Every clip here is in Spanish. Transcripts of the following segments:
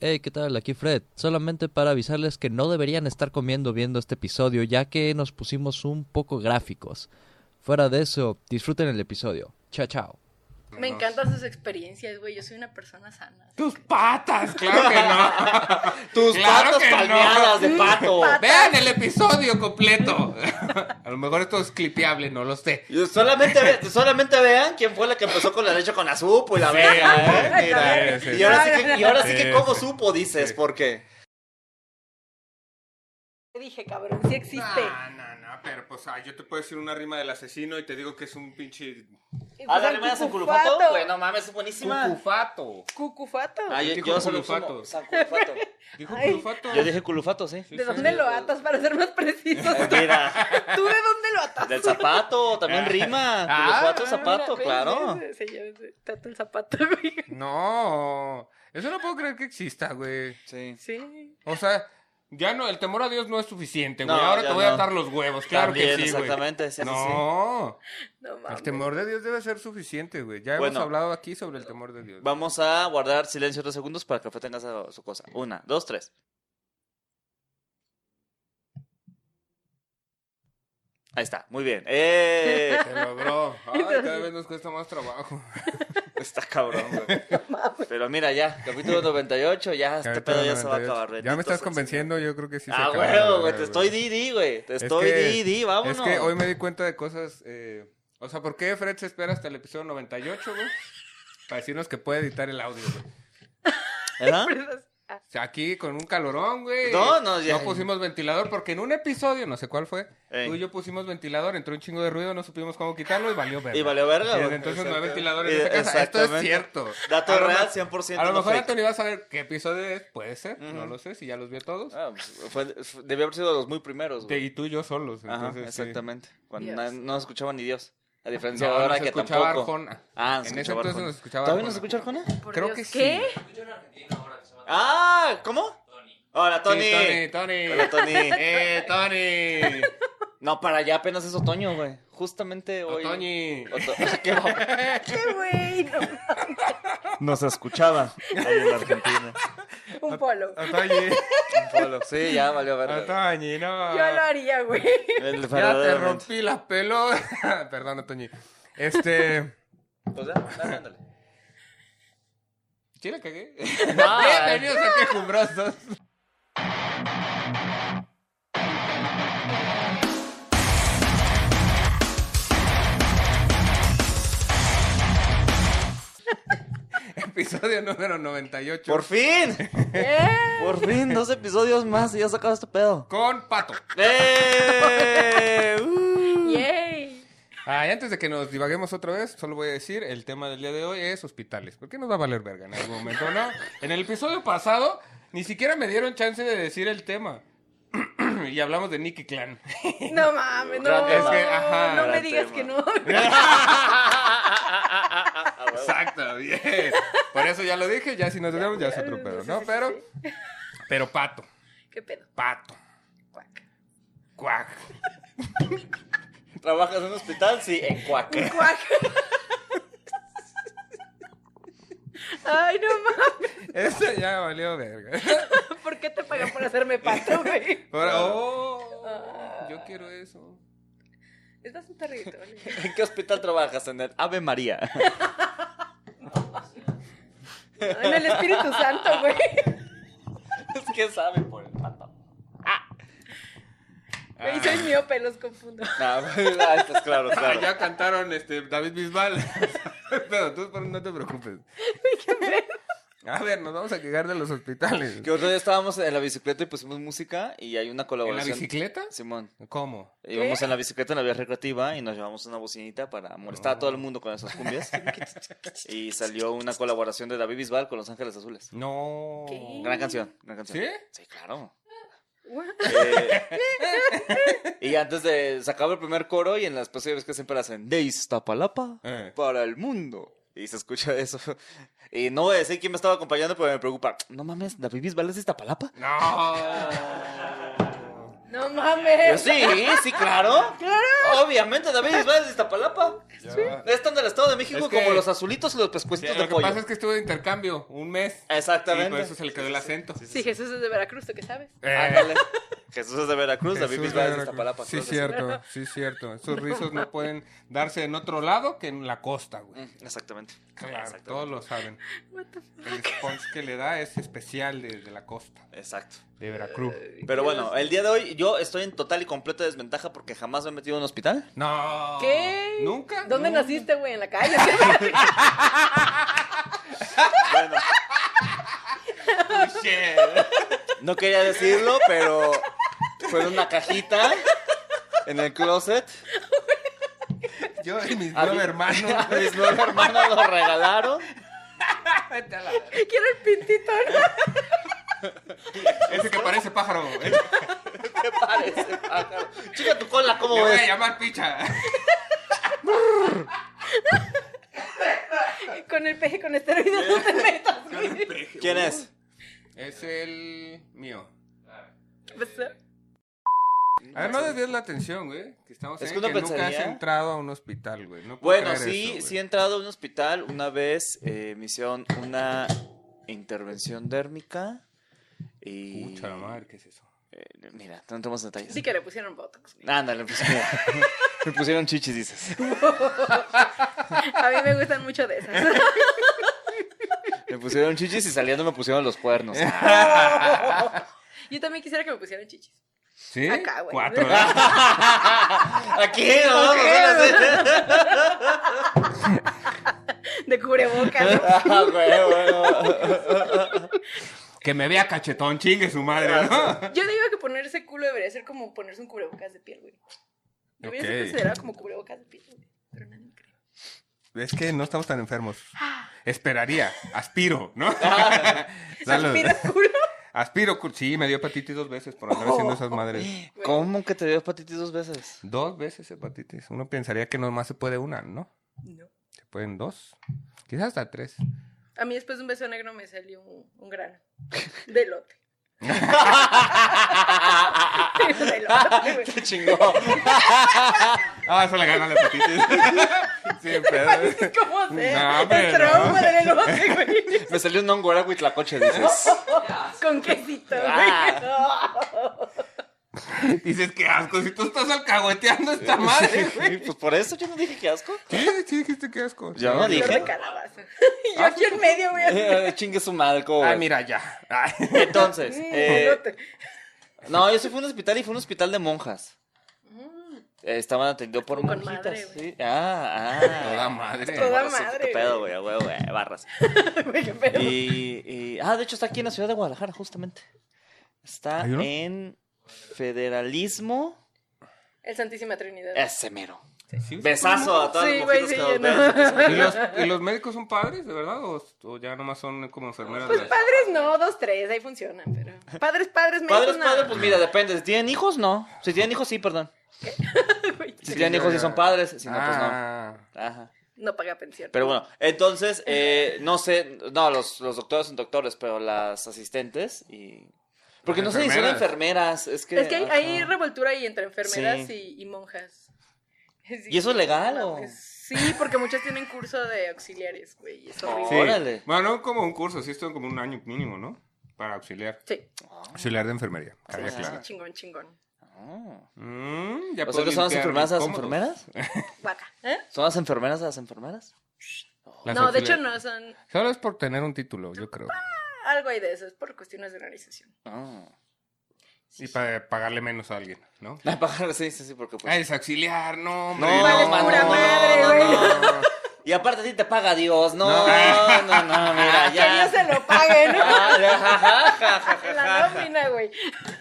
Hey, ¿qué tal? Aquí Fred. Solamente para avisarles que no deberían estar comiendo viendo este episodio ya que nos pusimos un poco gráficos. Fuera de eso, disfruten el episodio. Chao, chao. Me encantan sus experiencias, güey. Yo soy una persona sana. Tus patas, claro que no. Tus Claro patas que no. palmeadas de pato. Pat- Vean el episodio completo. A lo mejor esto es clipeable, no lo sé. Y Solamente, ve- solamente vean quién fue la que empezó con la leche con la supo y la verga, ¿eh? Mira, sí, sí. Y ahora sí que, y ahora sí Sí, que como sí. supo, dices, porque Te dije, cabrón, sí existe. No, no, no, pero pues ah, yo te puedo decir una rima del asesino y te digo que es un pinche Y ¿A pues la el rima de San cucufato. Culufato? Güey, no mames, es buenísima. cucufato. Cucufato. Ah, yo, Dijo yo solo Culufato. uso San Culufato. Dijo Ay. culufato. Yo dije culufato, sí. ¿De dónde lo atas? Para ser más precisos. Eh, Mira, ¿Tú de dónde lo atas? del zapato, también rima. Ah, Culufato, Ah, mira, zapato, güey, claro. ese- ese ya se Tata el zapato, güey. No, eso no puedo creer que exista, güey. Sí. Sí. O sea, ya no, el temor a Dios no es suficiente, güey. No, Ahora ya te voy a no. atar los huevos, claro También, que sí, güey. exactamente, sí, sí, no, No el mames. temor de Dios debe ser suficiente, güey. Ya Bueno. hemos hablado aquí sobre el temor de Dios. Vamos a guardar silencio dos segundos para que Fred tenga esa- su cosa. Una, dos, tres. Ahí está, muy bien. ¡Eh! Se logró. Ay, cada vez nos cuesta más trabajo. Está cabrón, güey. Pero mira, ya, capítulo 98, ya este Ahorita pedo ya los se va a 98. acabar. Ya bendito me estás sea. convenciendo, yo creo que sí se Ah, acaba, güey, güey, te güey. estoy Didi, güey. Te Es estoy que- Didi, vámonos. Es que hoy me di cuenta de cosas. eh, o sea, ¿por qué Fred se espera hasta el episodio 98, güey? Para decirnos que puede editar el audio, güey. ¿Verdad? Ah, O sea, aquí con un calorón, güey. No, no, ya. No pusimos ventilador porque en un episodio, no sé cuál fue, Ey. tú y yo pusimos ventilador, entró un chingo de ruido, no supimos cómo quitarlo y valió verga. Y valió verga, Y desde güey. entonces no hay ventilador Y- en esta casa. Esto es exactamente. cierto. Dato A lo real, mejor- 100%. A lo no mejor fake. Antonio va a saber qué episodio es, puede ser, no Ujú. lo sé, si ya los vio todos. Ah, pues, fue- fue- debió haber sido de los muy primeros, Te- güey. y tú y yo solos. Ajá, entonces, sí. exactamente. Cuando Dios. na- no escuchaba ni Dios. A diferencia No, de ahora nos que escuchaba tampoco. Arjona. Ah, nos En ese escuchaba entonces Arjona. nos escuchaba ¿Todavía nos Arjona. escucha Arjona? Por Creo Dios, que sí. ¿Qué? Ah, ¿cómo? Hola, Tony. Sí, Tony, Tony. Hola, Tony. ¡Eh, Tony! no, para allá apenas es otoño, güey. Justamente hoy. Otoñi. Oto- Qué guapo. ¿Qué, güey? No mames. Nos escuchaba ahí en Argentina. Ah, Un polo. Otoñi. Polo. Sí, ya valió verga. Otoñi, no. Yo lo haría, güey. Ah, El Ya te verdaderamente. rompí la pelota. Perdón, Otoñi. Este. Pues ya, dale, ándale. ¿Sí la cagué? No, Bienvenidos a Quejumbrosos. Episodio número 98. Por fin. ¿Eh? Por fin, dos episodios más y ya se acaba este pedo. Con Pato. ¡Eh! Uh. Yay. Ah, y antes de que nos divaguemos otra vez, solo voy a decir, el tema del día de hoy es hospitales. ¿Por qué nos va a valer verga en algún momento, no? En el episodio pasado, ni siquiera me dieron chance de decir el tema. y hablamos de Nicky Clan. No mames, no. Gran tema. Es que, ajá, no me gran digas tema. que no. Exacto, bien. Por eso ya lo dije, ya si nos vemos ya es otro pedo, ¿no? Sí, sí, Pero, sí. pero pato, ¿Qué pedo? pato, Cuac. cuac. ¿Trabajas en un hospital? Sí, en Cuaca. Cuac. Ay, no mames. Eso ya valió verga. ¿Por qué te pagan por hacerme pato, güey? Ahora, oh, yo quiero eso. Es bastante reggaetón. ¿eh? ¿En qué hospital trabajas? En el Ave María. En el Espíritu Santo, güey. Es que sabe por el pato. Y soy miope, los confundo. Ah, ah, estás claro, Ah, claro. ya cantaron este David Bisbal. Pero tú pero no te preocupes. A ver, nos vamos a quejar de los hospitales. Que otro día estábamos en la bicicleta y pusimos música y hay una ¿En la colaboración. bicicleta? Simón. ¿Cómo? Íbamos en la bicicleta en la vía recreativa y nos llevamos una bocinita para molestar a todo el mundo con esas cumbias. y salió una colaboración de David Bisbal con Los Ángeles Azules. No. ¿Qué? Gran canción, gran canción. ¿Sí? Sí, claro. What? Eh, y antes de. Se acaba el primer coro y en las posibilidades que siempre hacen de Iztapalapa Eh. para el mundo. Y se escucha eso. Y no voy a decir quién me estaba acompañando, pero me preocupa. No mames, David Bisbal es de Iztapalapa. No. No Yo, mames. sí, sí, claro. Claro. Obviamente, David Bisbal es de Iztapalapa. Ya. Están del Estado de México Es que- como los azulitos y los Sí, pescuecitos Lo de que pollo. pasa es que estuve de intercambio un mes. Exactamente. Y por eso se le quedó el acento. Sí, Jesús es de Veracruz, ¿tú qué sabes? Eh, Ándale. Jesús es de Veracruz, David Jesús Bisbal de es de Veracruz. Iztapalapa. Sí, creo que cierto, sí, cierto. Esos rizos no pueden darse en otro lado que en la costa, güey. Mm, Exactamente. Claro, Exactamente. todos lo saben. What the El sponge que le da es especial de, de la costa, Exacto. de Veracruz. Pero bueno, el día de hoy yo estoy en total y completa desventaja porque jamás me he metido en un hospital. No. ¿Qué? ¿Nunca? ¿Dónde No. naciste, güey? En la calle. Bueno, no quería decirlo, pero fue en una cajita en el closet. Yo y mis A nueve mí- hermanos. A mis nueve hermanos lo regalaron. Vete a la- Quiero el pintito. ¿no? Ese que parece pájaro. Ese- ¿Qué parece, pájaro? Chica tu cola, ¿cómo Le voy a ves? llamar picha. Con el peje, con esteroides no te metas, güey. ¿Quién es? Es el mío. Pues, A ver, no desvíes la atención, güey. Que estamos Es en que uno que nunca has pensaría- entrado a un hospital, güey. No puedo Bueno, creer sí, eso, sí he güey. entrado a un hospital. Una vez eh, me hicieron una intervención dérmica. Y. Pucha madre, ¿qué es eso? Eh, mira, no entremos en detalles. Sí que le pusieron botox. güey. Ándale, pues mira. Me pusieron chichis, dices. A mí me gustan mucho de esas. Me pusieron chichis y saliendo me pusieron los cuernos. Ah, Yo también quisiera que me pusieran chichis. ¿Sí? Acá, güey. Cuatro, ¿verdad? Aquí no vamos a hacer así. De cubrebocas. ¿no? Ah, güey, bueno. Que me vea cachetón, chingue su madre, ¿no? Yo digo que ponerse culo debería ser como ponerse un cubrebocas de piel, güey. Debería ser Ok. considerado como cubrebocas de piel, güey. Pero nadie me cree. Es que no estamos tan enfermos. Ah. Esperaría. Aspiro, ¿no? Ah. Salud. Mira, culo. Aspiro, cur- sí, me dio hepatitis dos veces por andar haciendo esas Oh. madres. ¿Cómo que te dio hepatitis dos veces? Dos veces hepatitis. Uno pensaría que nomás se puede una, ¿no? No. Se pueden dos. Quizás hasta tres. A mí después de un beso negro me salió un, un grano. De lote. De elote, güey. Te chingó. Ah, eso le gana la hepatitis. sí, pedo. ¿Cómo se? No, hombre, el trauma del elote, güey. Me salió un hongora coche, dices. Con quesito, güey. Dices, qué asco. Si tú estás alcahueteando Ah, esta madre, güey. Pues por eso yo no dije que asco. Sí, sí, dijiste qué asco. Yo no Flor dije. de calabaza. Y yo aquí en medio, güey. así. Eh, chingue su madre, ¿cómo Ah, ves? mira, ya. Ay. Entonces, Mm, eh, elote. no, yo sí fui a un hospital y fue un hospital de monjas. Eh, estaban atendidos por Con madre, monjitas. güey. sí. Ah, ah. Toda madre. Toda Toda madre. madre, Qué pedo, güey. güey, güey, güey, barras. Güey, qué pedo. Y, y- ah, de hecho está aquí en la ciudad de Guadalajara, justamente. Está ¿Hay uno? en Federalismo. El Santísima Trinidad. Ese mero. Sí, Besazo a todas Sí, las güey, monjitas sí, que nos yo ven. no. ¿Y los, y los médicos son padres, de verdad? ¿O, o ya nomás son como enfermeras? Pues las- padres no, dos, tres, ahí funcionan, pero. Padres, padres, me Padres, nada. padres, pues mira, depende. Si tienen hijos, no. Si tienen hijos, sí, perdón. Güey, Si tienen hijos, sí son padres. Si no, pues no. Ah. Ajá. No paga pensión. Pero bueno, entonces, eh, no sé, no, los, los doctores son doctores, pero las asistentes y... Porque no Las sé si son enfermeras. enfermeras, es que... es que hay, ajá. hay revoltura ahí entre enfermeras Sí. y, y monjas. Sí. ¿Y eso es legal o...? Sí, porque muchas tienen curso de auxiliares, güey, y Oh. es Sí. horrible. Órale. Bueno, no como un curso, sí, esto como un año mínimo, ¿no? Para auxiliar. Sí, Auxiliar de enfermería. cabe sí, sí. aclarar. chingón, chingón. Ah. Mm, ya O sea puedo que son las limpiar enfermeras de las cómodos. enfermeras. Guaca, ¿eh? ¿Son las enfermeras de las enfermeras? Las no, de hecho auxiliares. no, son Solo es por tener un título, yo creo. algo hay de eso, es por cuestiones de organización. Ah. Y para pagarle menos a alguien, ¿no? La paja, sí, sí, sí, porque pues... Ah, es auxiliar, no, hombre. No, Vale, mano, pura no, madre, no, güey. no. Y aparte a ti te paga Dios, no, No. no, no, mira, Ah, Que Dios Ah, ya. se lo pague, ¿no? Ah, ya, ja, ja, ja, ja, ja, La ja. nómina, güey.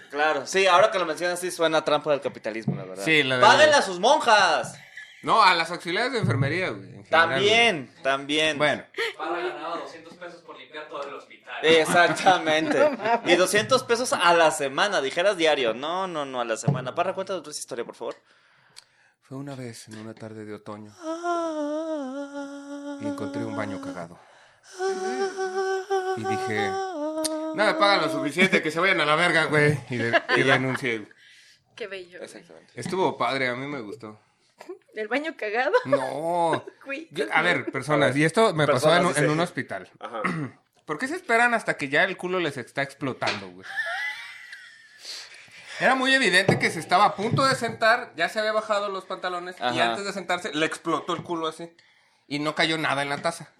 Claro, sí, ahora que lo mencionas, sí suena a trampa del capitalismo, la verdad. Sí, la verdad. ¡Páguenle a sus monjas! No, a las auxiliares de enfermería, güey. en general, También, güey. también. Bueno, Para ganaba 200 pesos por limpiar todo el hospital. Exactamente. y 200 pesos a la semana, dijeras diario. No, no, no, a la semana. Parra, cuéntanos tu historia, por favor. fue una vez en una tarde de otoño y encontré un baño cagado. Y dije, no me pagan lo suficiente, que se vayan a la verga, güey. Y, de- y renuncié. Qué bello. güey. Exactamente. Estuvo padre, a mí me gustó. El baño cagado. No. güey. Yo- a ver, personas, y esto me pasó Personas, en, un- dice. en un hospital. Ajá. ¿Por qué se esperan hasta que ya el culo les está explotando, güey? Era muy evidente que se estaba a punto de sentar, ya se había bajado los pantalones y Ajá. antes de sentarse le explotó el culo así y no cayó nada en la taza.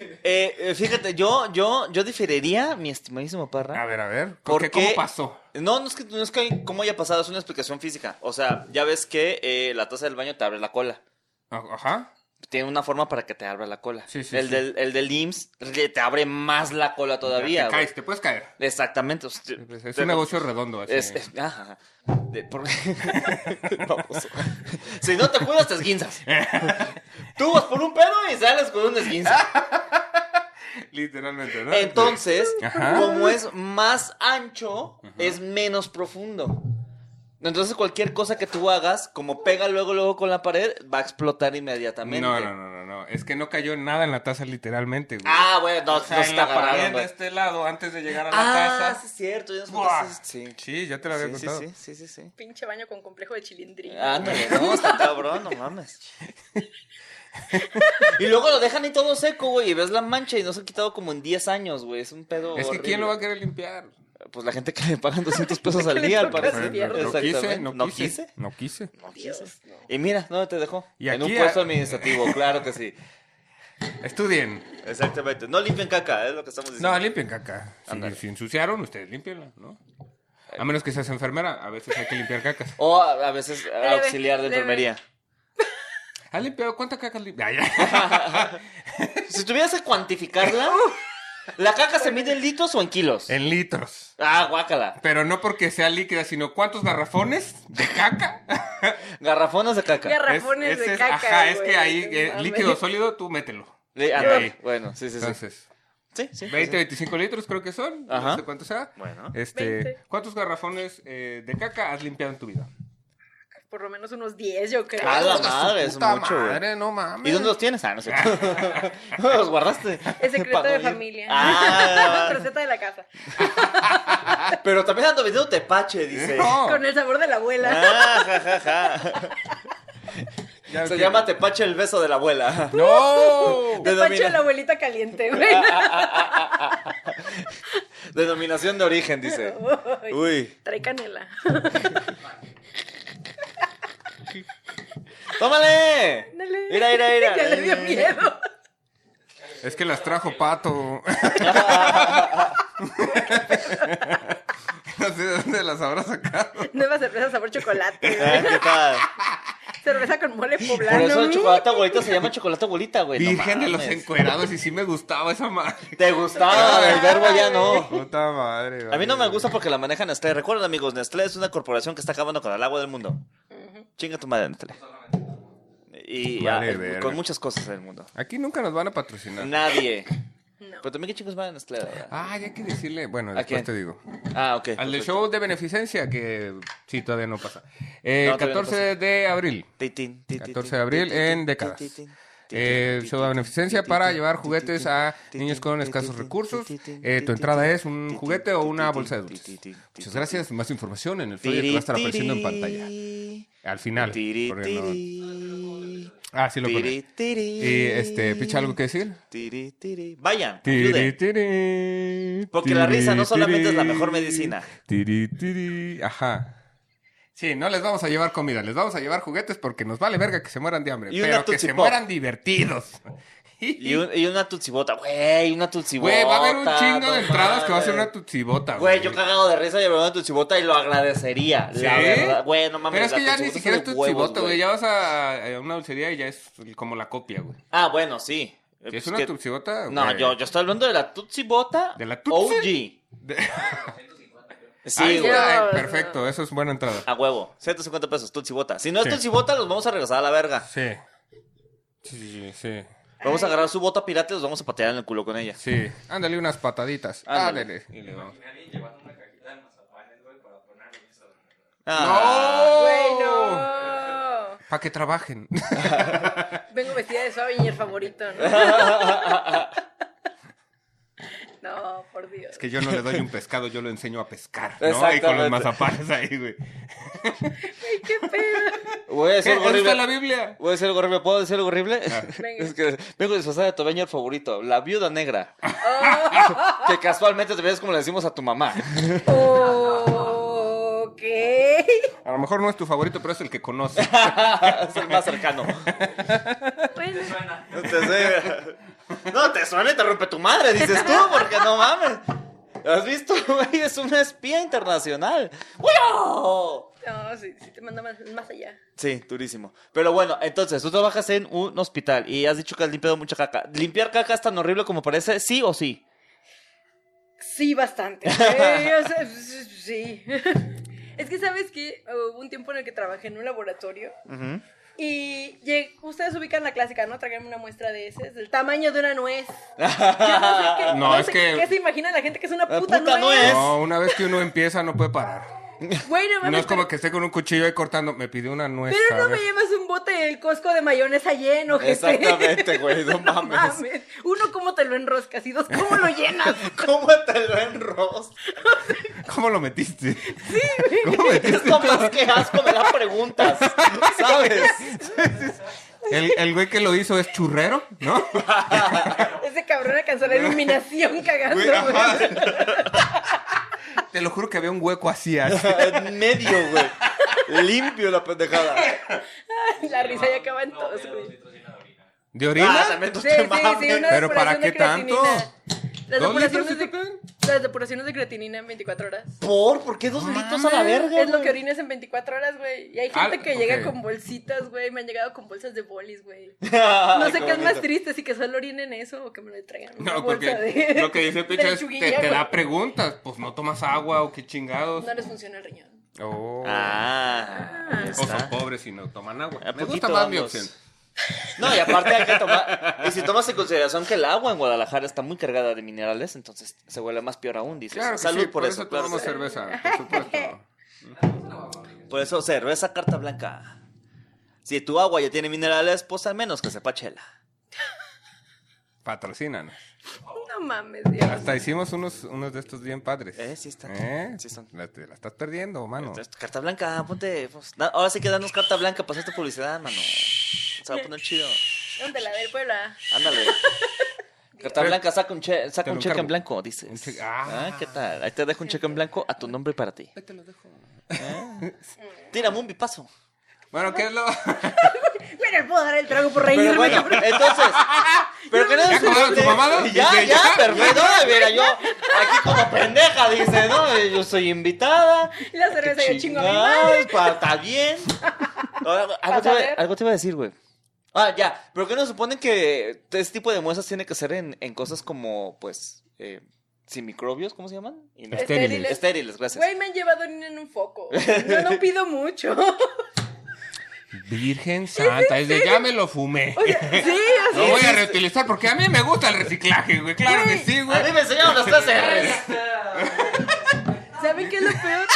Eh, eh, fíjate, yo, yo, yo diferiría, mi estimadísimo Parra. A ver, a ver, ¿por ¿Por qué? qué? ¿Cómo pasó? No, no es que, no es que cómo haya pasado, es una explicación física. O sea, ya ves que eh, la taza del baño te abre la cola. A- Ajá. Tiene una forma para que te abra la cola. Sí, sí, el, sí. Del, el del IMSS le- te abre más la cola todavía. Te güey. caes, te puedes caer. Exactamente. o sea, te- Es un te- negocio redondo. Así. es- es- ajá, ajá. De- por- Baboso. Si no te cuidas, te esguinzas. Tú vas por un pedo y sales con un esguince. Literalmente, ¿no? Entonces, Ah, Ajá. como es más ancho, es menos profundo. Entonces, cualquier cosa que tú hagas, como pega luego, luego con la pared, va a explotar inmediatamente. No, no, no, no, no. Es que no cayó nada en la taza literalmente, güey. Ah, bueno, no, o sea, no en se te la agarraron, pared de güey. este lado antes de llegar a la Ah, sí, taza. es cierto. ya nos Buah. contaste, Sí. Sí, ya te lo había Sí, sí, contado. sí, sí, sí, sí. Pinche baño con complejo de chilindrina. Ándale, no, está cabrón, no mames. y luego lo dejan ahí todo seco, güey, y ves la mancha y no se ha quitado como en 10 años, güey. Es un pedo Es que horrible. ¿quién lo va a querer limpiar? Pues la gente que le pagan 200 pesos Que al le día, al toca parecer. limpiar. No quise, Exactamente. no quise. No quise. No quise. Dios, no. Y mira, no te dejó. Y en un aquí- puesto administrativo, claro que sí. Estudien. Exactamente. No limpien caca, es lo que estamos No, diciendo. limpien caca. Si, Ándale. si ensuciaron, ustedes límpienla, ¿no? A menos que seas enfermera, a veces hay que limpiar cacas. o a a veces Leve, auxiliar de leve. enfermería. ¿Has limpiado cuántas cacas limpias? Ah, Si tuvieras que cuantificarla, ¿la caca se mide en litros o en kilos? en litros. Ah, guácala. Pero no porque sea líquida, sino cuántos garrafones de caca. Garrafones de caca. Garrafones Es- es- de es- caca. Ajá, es güey, que ahí, no eh, mames. líquido sólido, tú mételo. Eh, ándale. Ahí. Bueno, sí, sí, sí. Entonces, sí, sí, 20, sí. 25 litros creo que son. No Ajá. sé cuánto sea. Bueno. Este, 20. ¿Cuántos garrafones eh, de caca has limpiado en tu vida? Por lo menos unos 10, yo creo. A la madre, es Puta mucho, güey. madre, no mames. ¿Y dónde los tienes? Ah, no sé. los guardaste? Es secreto Para de oír. familia. Ah, Receta de la casa. pero también ando vendiendo tepache, dice. No. Con el sabor de la abuela. Ah, ja, ja, ja. Ya Se ves llama que- Tepache el beso de la abuela. ¡No! Te denomina- pancho de la abuelita caliente, güey. Denominación de origen, dice. Ay, Uy. Trae canela. ¡Tómale! Dale. Mira, mira, mira. Ya le dio miedo. Es que las trajo pato. no sé de dónde las habrá sacado. Nueva cerveza sabor chocolate. Ah, güey. ¿Qué tal? Cerveza con mole poblano. Por eso el güey. chocolate abuelita se llama chocolate abuelita, güey. No Virgen de los mames. encuerados, y sí me gustaba esa madre. Te Ah, gustaba, el verbo ya no. Puta madre. A mí no me vale. gusta porque la maneja Nestlé. Recuerden, amigos, Nestlé es una corporación que está acabando con el agua del mundo. Chinga tu madre, Nestlé. Y ah, Vale, eh, verga. con muchas cosas del mundo. Aquí nunca nos van a patrocinar. Nadie. No. Pero también qué chingos van a Nestlé, ¿verdad? Ah, ya hay que decirle. Bueno, quién? después te digo. Ah, ok. Al del perfecto. show de beneficencia, que sí, todavía no pasa. El No, todavía no 14 de abril. Tin, tin, tin, tin, 14 tin, de abril tin, tin, en tin, Décadas. tin, tin, tin, Eh, tin, el show de tin, beneficencia tin, para tin, llevar tin, juguetes tin, a tin, niños tin, con tin, escasos tin, recursos. tin, tin, Eh, tu tin, entrada tin, es un tin, juguete tin, o tin, una tin, bolsa de tin, tin, dulces. tin, Muchas tin, gracias. Más información en el folleto que va a estar apareciendo en pantalla. Tiri, Al final. tiri, porque no- tiri, Ah, sí lo tiri, pone. tiri. Y, este, picha, ¿algo que decir? Tiri, tiri. Vayan, Tiri, ayuden. tiri, Porque la risa no tiri, solamente es la tiri, mejor medicina. Tiri, tiri. Ajá. Sí, no les vamos a llevar comida, les vamos a llevar juguetes porque nos vale verga que se mueran de hambre, Y una pero que Tootsie se Pop. mueran divertidos. Y, un- y una tutsibota, güey, una tutsibota. Güey, va a haber un chingo no de entradas que va a ser una mames. tutsibota, Güey, yo cagado de risa llevaría una tutsibota y lo agradecería. ¿Sí? La verdad, güey, no mames. Pero es que la ya ni tutsibota siquiera es son de huevos, tutsibota, güey. Ya vas a, a una dulcería y ya es como la copia, güey. Ah, bueno, sí. Si Pues es una que- tutsibota, No, güey. yo, yo estoy hablando de la tutsibota. ¿De la Tutsi? OG. De- Ahí Sí, güey. está, Dios. eh, perfecto, eso es buena entrada. A huevo, 150 pesos, tutsibota. Si no es Sí. tutsibota, los vamos a regresar a la verga. Sí. Sí, sí, sí. Vamos a agarrar su bota pirata y los vamos a patear en el culo con ella. Sí. Ándale unas pataditas. Ándale. Ándale. Y le vamos. Alguien llevando una cajita de mazapanes, güey, para ponerle eso. Ah, Güey, no. Para que trabajen. Vengo vestida de suave y el favorito, ¿no? No, por Dios. Es que yo no le doy un pescado, yo lo enseño a pescar, ¿no? Y con los Exactamente. mazapanes ahí, güey. Ay, qué pedo. Voy a ¿Qué? decir algo ¿Dónde está horrible. la Biblia? Voy a decir algo horrible. ¿Puedo decir algo horrible? Venga. es que vengo disfrazada de tu baño favorito, la viuda negra. Oh, que casualmente te ves como le decimos a tu mamá. ok. A lo mejor no es tu favorito, pero es el que conoces. es el más cercano. Pues, Bueno, Suena. No te sé. Este, No te suena y te rompe tu madre, dices tú, porque no mames. ¿Has visto, güey? Es una espía internacional. ¡Wow! no, sí, sí te manda más, más allá. Sí, durísimo. Pero bueno, entonces, tú trabajas en un hospital y has dicho que has limpiado mucha caca. ¿Limpiar caca es tan horrible como parece? ¿Sí o sí? Sí, bastante. Eh, o sea, sí. Es que sabes que hubo un tiempo en el que trabajé en un laboratorio Ujú. y lleg- ustedes ubican la clásica, ¿no? Tragan una muestra de ese, del tamaño de una nuez. Yo no sé qué, No, no es sé que- qué se imagina la gente que es una La puta, puta nuez. No, una vez que uno empieza no puede parar. Güey, no No mames, es como que esté con un cuchillo ahí cortando. Me pidió una nuez. Pero no me ¿sabes? llevas un bote del cosco de mayonesa lleno, gente. Exactamente, güey, no mames. Uno, ¿cómo te lo enroscas? Y dos, ¿cómo lo llenas? ¿Cómo te lo enroscas? ¿Cómo lo metiste? Esto más que asco me da preguntas, ¿sabes? El, el güey que lo hizo es churrero, ¿no? Ese cabrón alcanzó la iluminación cagando, Güey, güey. ajá. Te lo juro que había un hueco así, así. En medio, güey. Limpio la pendejada. La risa ya acaban No, todos, pero dos güey. litros llena de orina. ¿De orina? Ah, también tú Sí, te sí, mames. sí, una Pero ¿para depuración qué de creatinina. tanto? Las ¿Dos litros depuraciones, se te de, pegan? las depuraciones de creatinina en 24 horas. ¿Por? ¿Por qué dos litros a la verga? Es lo güey? que orines en 24 horas, güey. Y hay Ah, gente que llega ok. con bolsitas, güey. Me han llegado con bolsas de bolis, güey. Ay, No sé qué es más bonito. triste, si que solo orinen eso o que me lo traigan. en una No, bolsa porque de- lo que dice de Picha es te, lechuguilla, te da güey. preguntas. Pues no tomas agua o qué chingados. No les funciona el riñón. Oh. Ah, ahí O son está. pobres y no toman agua. A Me gusta poquito más mi ambos. opción. No, y aparte hay que tomar. Y si tomas en consideración que el agua en Guadalajara está muy cargada de minerales, entonces se vuelve más peor aún, dices. Claro que Salud sí, por, eso, claro tomamos que sí. cerveza, por supuesto. Por eso cerveza carta blanca. Si tu agua ya tiene minerales, pues al menos que sepa chela. Patrocínanos. No mames, Dios. Hasta hicimos unos, unos de estos bien padres. Eh, sí están. ¿Eh? Sí están. La, te la estás perdiendo, mano. Entonces, Carta blanca, ponte. pues, na- ahora sí que danos carta blanca para hacer tu publicidad, mano. Se va a poner chido. ¿Dónde la del Puebla? Ándale. Carta blanca, saca un, che- saca Te lo un cheque en encargo. blanco, dices. Un cheque- ah. ah. ¿qué tal? Ahí te dejo un cheque en blanco a tu nombre y para ti. ¿Eh? te lo dejo. Tírame un bipaso. Bueno, ¿qué es lo...? Mira, puedo dar el trago por reírme. Pero bueno, cabrón. eh, entonces. Pero que no ¿Ya es este, acabaron tu mamada? Ya, Dice, ya, ya, perfecto. Mira, yo aquí como pendeja, dice, ¿no? Yo soy invitada. La cerveza yo chingo a mi madre. Chingados, pa- Está bien. Algo, algo te iba, saber. algo te iba a decir, güey. Ah, ya. ¿Pero qué nos suponen que este tipo de muestras tiene que ser en, en cosas como, pues, eh, sin microbios, ¿cómo se llaman? Y no- Estériles. Estériles, gracias. Este, Güey, me han llevado orina en un foco. No, no pido mucho. Virgen Santa, es de ya me lo fumé. O sea, sí, o sea, Lo voy a reutilizar porque a mí me gusta el reciclaje, güey. Claro que Güey. sí, A güey. mí me enseñaron los tres R's. ¿saben qué es lo peor?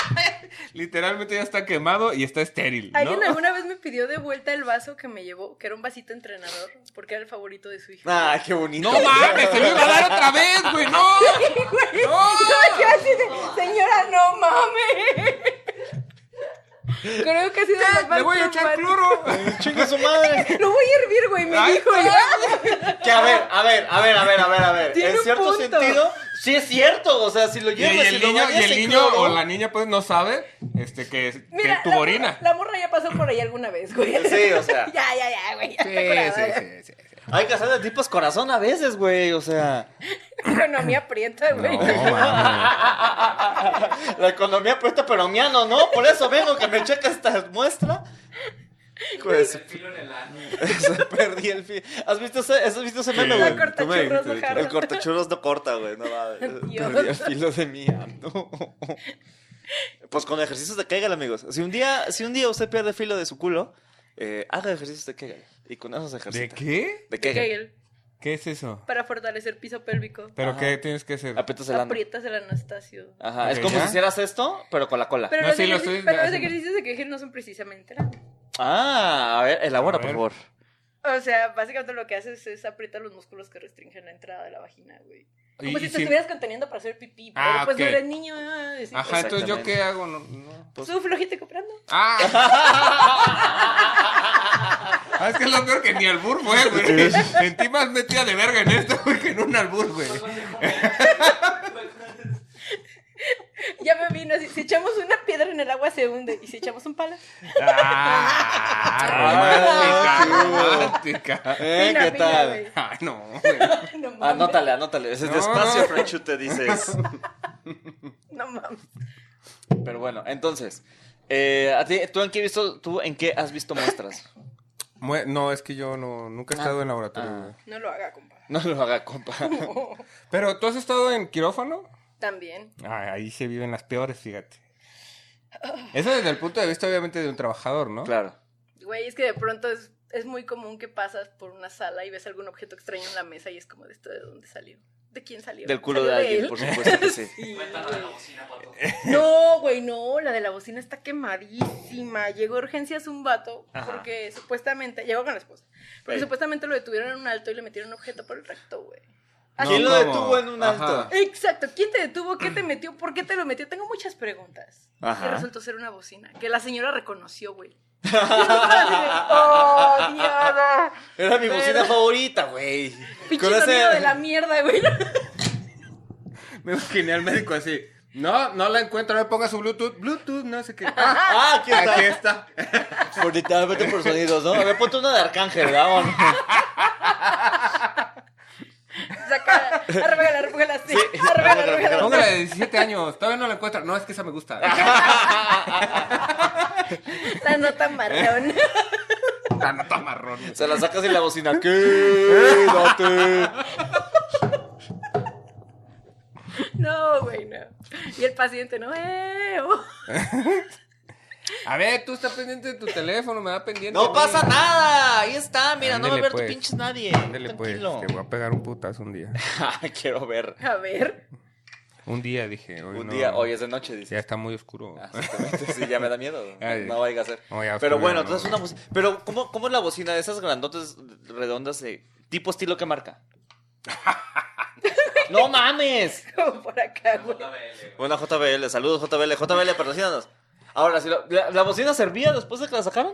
Literalmente ya está quemado y está estéril, Alguien ¿no? alguna vez me pidió de vuelta el vaso que me llevó, que era un vasito entrenador, porque era el favorito de su hija. Ah, qué bonito. ¡No mames! ¡Se me iba a dar otra vez, güey! ¡No! Güey, ¡No! no, yo así de, señora, no mames. Creo que ha sido de las más ¡Le voy a echar traumáticas. cloro! Chinga su madre. Lo voy a hervir, güey, me Ay, dijo. ay, Que a ver, a ver, a ver, a ver, a ver, a ver. Tiene En un cierto punto. sentido, sí es cierto. O sea, si lo Y, y llevas, si el lo niño, y bañas el en niño cloro- o la niña pues no sabe este, que, es- que Mira, tu la, orina. la morra ya pasó por ahí alguna vez, güey. Sí, o sea. Ya, ya, ya, güey. Ya está curada, ya. sí, sí. Hay que hacer de tipos corazón a veces, güey. O sea. Economía aprieta, güey. No, mames. La economía puesta peromiano, ¿no? Por eso vengo que me checa esta muestra. Pues El filo en el ano. se perdí el fin. ¿Has visto ese, has visto ese meme, Sí, güey? La corta Tú me churros dijiste de no que- jala. El cortachuros no corta, güey. No va. Dios. Perdí el filo de mi ano. Pues con ejercicios de Kegel, amigos. Si un día, si un día usted pierde el filo de su culo, eh, haga ejercicios de Kegel. Y con eso se ¿De ejercita. qué? De Kegel. Kegel, ¿Qué es eso? para fortalecer piso pélvico. ¿Pero Ajá. qué tienes que hacer? Aprietas el ano. Aprietas el anastasio. Ajá. es Ok, como ¿ya? si hicieras esto, pero con la cola. Pero, No, los, sí, lo ejerci- estoy pero los haciendo. ejercicios de Kegel no son precisamente nada. Ah, a ver, elabora, A ver. por favor. O sea, básicamente lo que haces es aprietar los músculos que restringen la entrada de la vagina, güey. Como Y- si y te sin- estuvieras conteniendo para hacer pipí. Pero Ah, pues ok. no eres niño. ah, así que- Ajá, entonces yo Exactamente. qué hago. No, no. Pues, Suflo, ojito, comprando. Ah. Ah, es que es lo peor que ni albur fue, güey. Sentí más metida de verga en esto, güey, que en un albur, güey. Ya me vino así. Si echamos una piedra en el agua se hunde. Y si echamos un palo. Ah, romántica, romántica. ¿Eh? Fina, ¿Qué fina, tal? güey. Ah, no, güey. No mames. Anótale, anótale. Es No. despacio, Franchu, te dices. No mames. Pero bueno, entonces, eh, ¿a ti- ¿tú, en qué visto, ¿tú en qué has visto muestras? Mue- No, es que yo no, nunca he estado en laboratorio, Ah. güey. No lo haga, compa. No lo haga, compa. Pero, ¿tú has estado en quirófano? También. Ah, ahí se viven las peores, fíjate. Eso desde el punto de vista, obviamente, de un trabajador, ¿no? Claro. Güey, es que de pronto es, es muy común que pasas por una sala y ves algún objeto extraño en la mesa y es como de esto de dónde salió. ¿De quién salió? Del culo de ¿Salió alguien, él? por supuesto que sí. Sí, Cuéntalo de la bocina, pato. No, güey, no, la de la bocina está quemadísima. Llegó a urgencias un vato Ajá. porque supuestamente, llegó con la esposa, porque Ey. supuestamente lo detuvieron en un alto y le metieron un objeto por el recto, güey. No, ¿Quién lo ¿cómo? detuvo en un Ajá. alto? Exacto, ¿quién te detuvo? ¿Qué te metió? ¿Por qué te lo metió? Tengo muchas preguntas. Ajá. Que resultó ser una bocina, que la señora reconoció, güey. Y nosotros así de, ¡Oh, Diana! Era mi bocina Pero- favorita, güey. Pinche Con ese- sonido de la mierda, güey. Me imaginé al médico así. No, no la encuentro, no le ponga su Bluetooth. Bluetooth, no sé qué. Ah, Ah, aquí está. aquí está. Por literalmente por sonidos, ¿no? A ver, ponte una de Arcángel, vamos. Saca, arrégala, arrégala, sí. Sí, Arrégala, arrégala, arrégala. Póngala de 17 años, todavía no la encuentro. No, es que esa me gusta. La nota marrón. La nota Ah, marrón. Se la sacas y la bocina. Quédate. No, güey, no. Y el paciente, no, eh. oh. A ver, tú estás pendiente de tu teléfono, me da pendiente. No pasa nada. Ahí está, mira, no va a Ándele, ver pues. tu pinches nadie. Ándale, pues, Tranquilo. te voy a pegar un putazo un día. Quiero ver. A ver. Un día, dije. hoy Un no. día, hoy es de noche, dice. Ya está muy oscuro. Ah, Exactamente, sí, ya me da miedo. Ay. No vaya a ser. No, ya, pero oscuro, bueno, no. entonces una bocina. Pero, ¿cómo, ¿cómo es la bocina de esas grandotas redondas de tipo estilo que marca? ¡No mames! Como por acá, güey. JBL, güey. Una JBL, saludos JBL, JBL, patrocínanos. Ahora, si la, la- la bocina servía después de que la sacaron?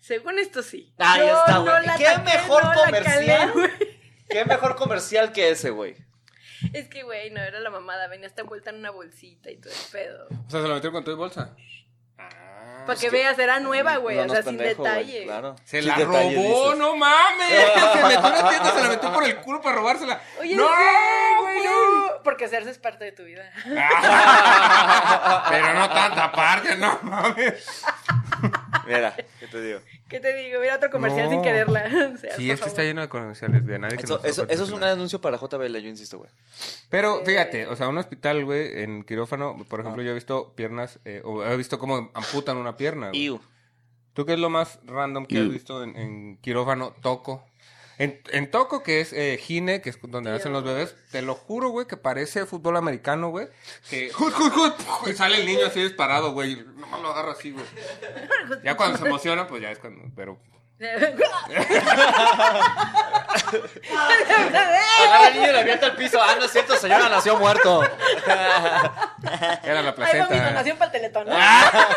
Según esto, sí. Ahí Yo está, güey. la ¿Qué ataqué, mejor no la comercial? calé, güey. ¿Qué mejor comercial que ese, güey? es que, güey, no era la mamada. Venía hasta envuelta en una bolsita y todo el pedo. O sea, se lo metieron con todo y bolsa. Para que, veas, era nueva, güey. No o nos sea, sin pendejo, güey, detalle. claro. Se Sin la detalle, robó, dices. no mames. Se metió en una tienda, se la metió por el culo para robársela. Oye, no, sí, güey, no. no. Porque hacerse es parte de tu vida. Pero no tanta parte, no mames. Mira, ¿qué te digo? ¿Qué te digo? Mira otro comercial No. sin quererla. O sea, Sí, por es que favor. está lleno de comerciales de nadie que Eso, nos eso- aporte eso es un nada. gran anuncio para JBL, yo insisto, güey. Pero fíjate, o sea, un hospital, güey, en quirófano, por ejemplo, yo he visto piernas, eh, o he visto cómo amputan una pierna. Ah, güey. Iu. ¿Tú qué es lo más random que has visto en, en quirófano? Toco. En, en Toco, que es eh, gine, que es donde nacen los bebés, te lo juro, güey, que parece fútbol americano, güey. Que ¡jut, jut, jut! ¡puf! Y sale el niño así disparado, güey. No lo agarro así, güey. Ya cuando se emociona, pues ya es cuando. Pero Agarra al niño y lo avienta al piso. Ah, no es cierto, señora, nació muerto. era la Ahí va mi placenta. donación para el teletón. Ah.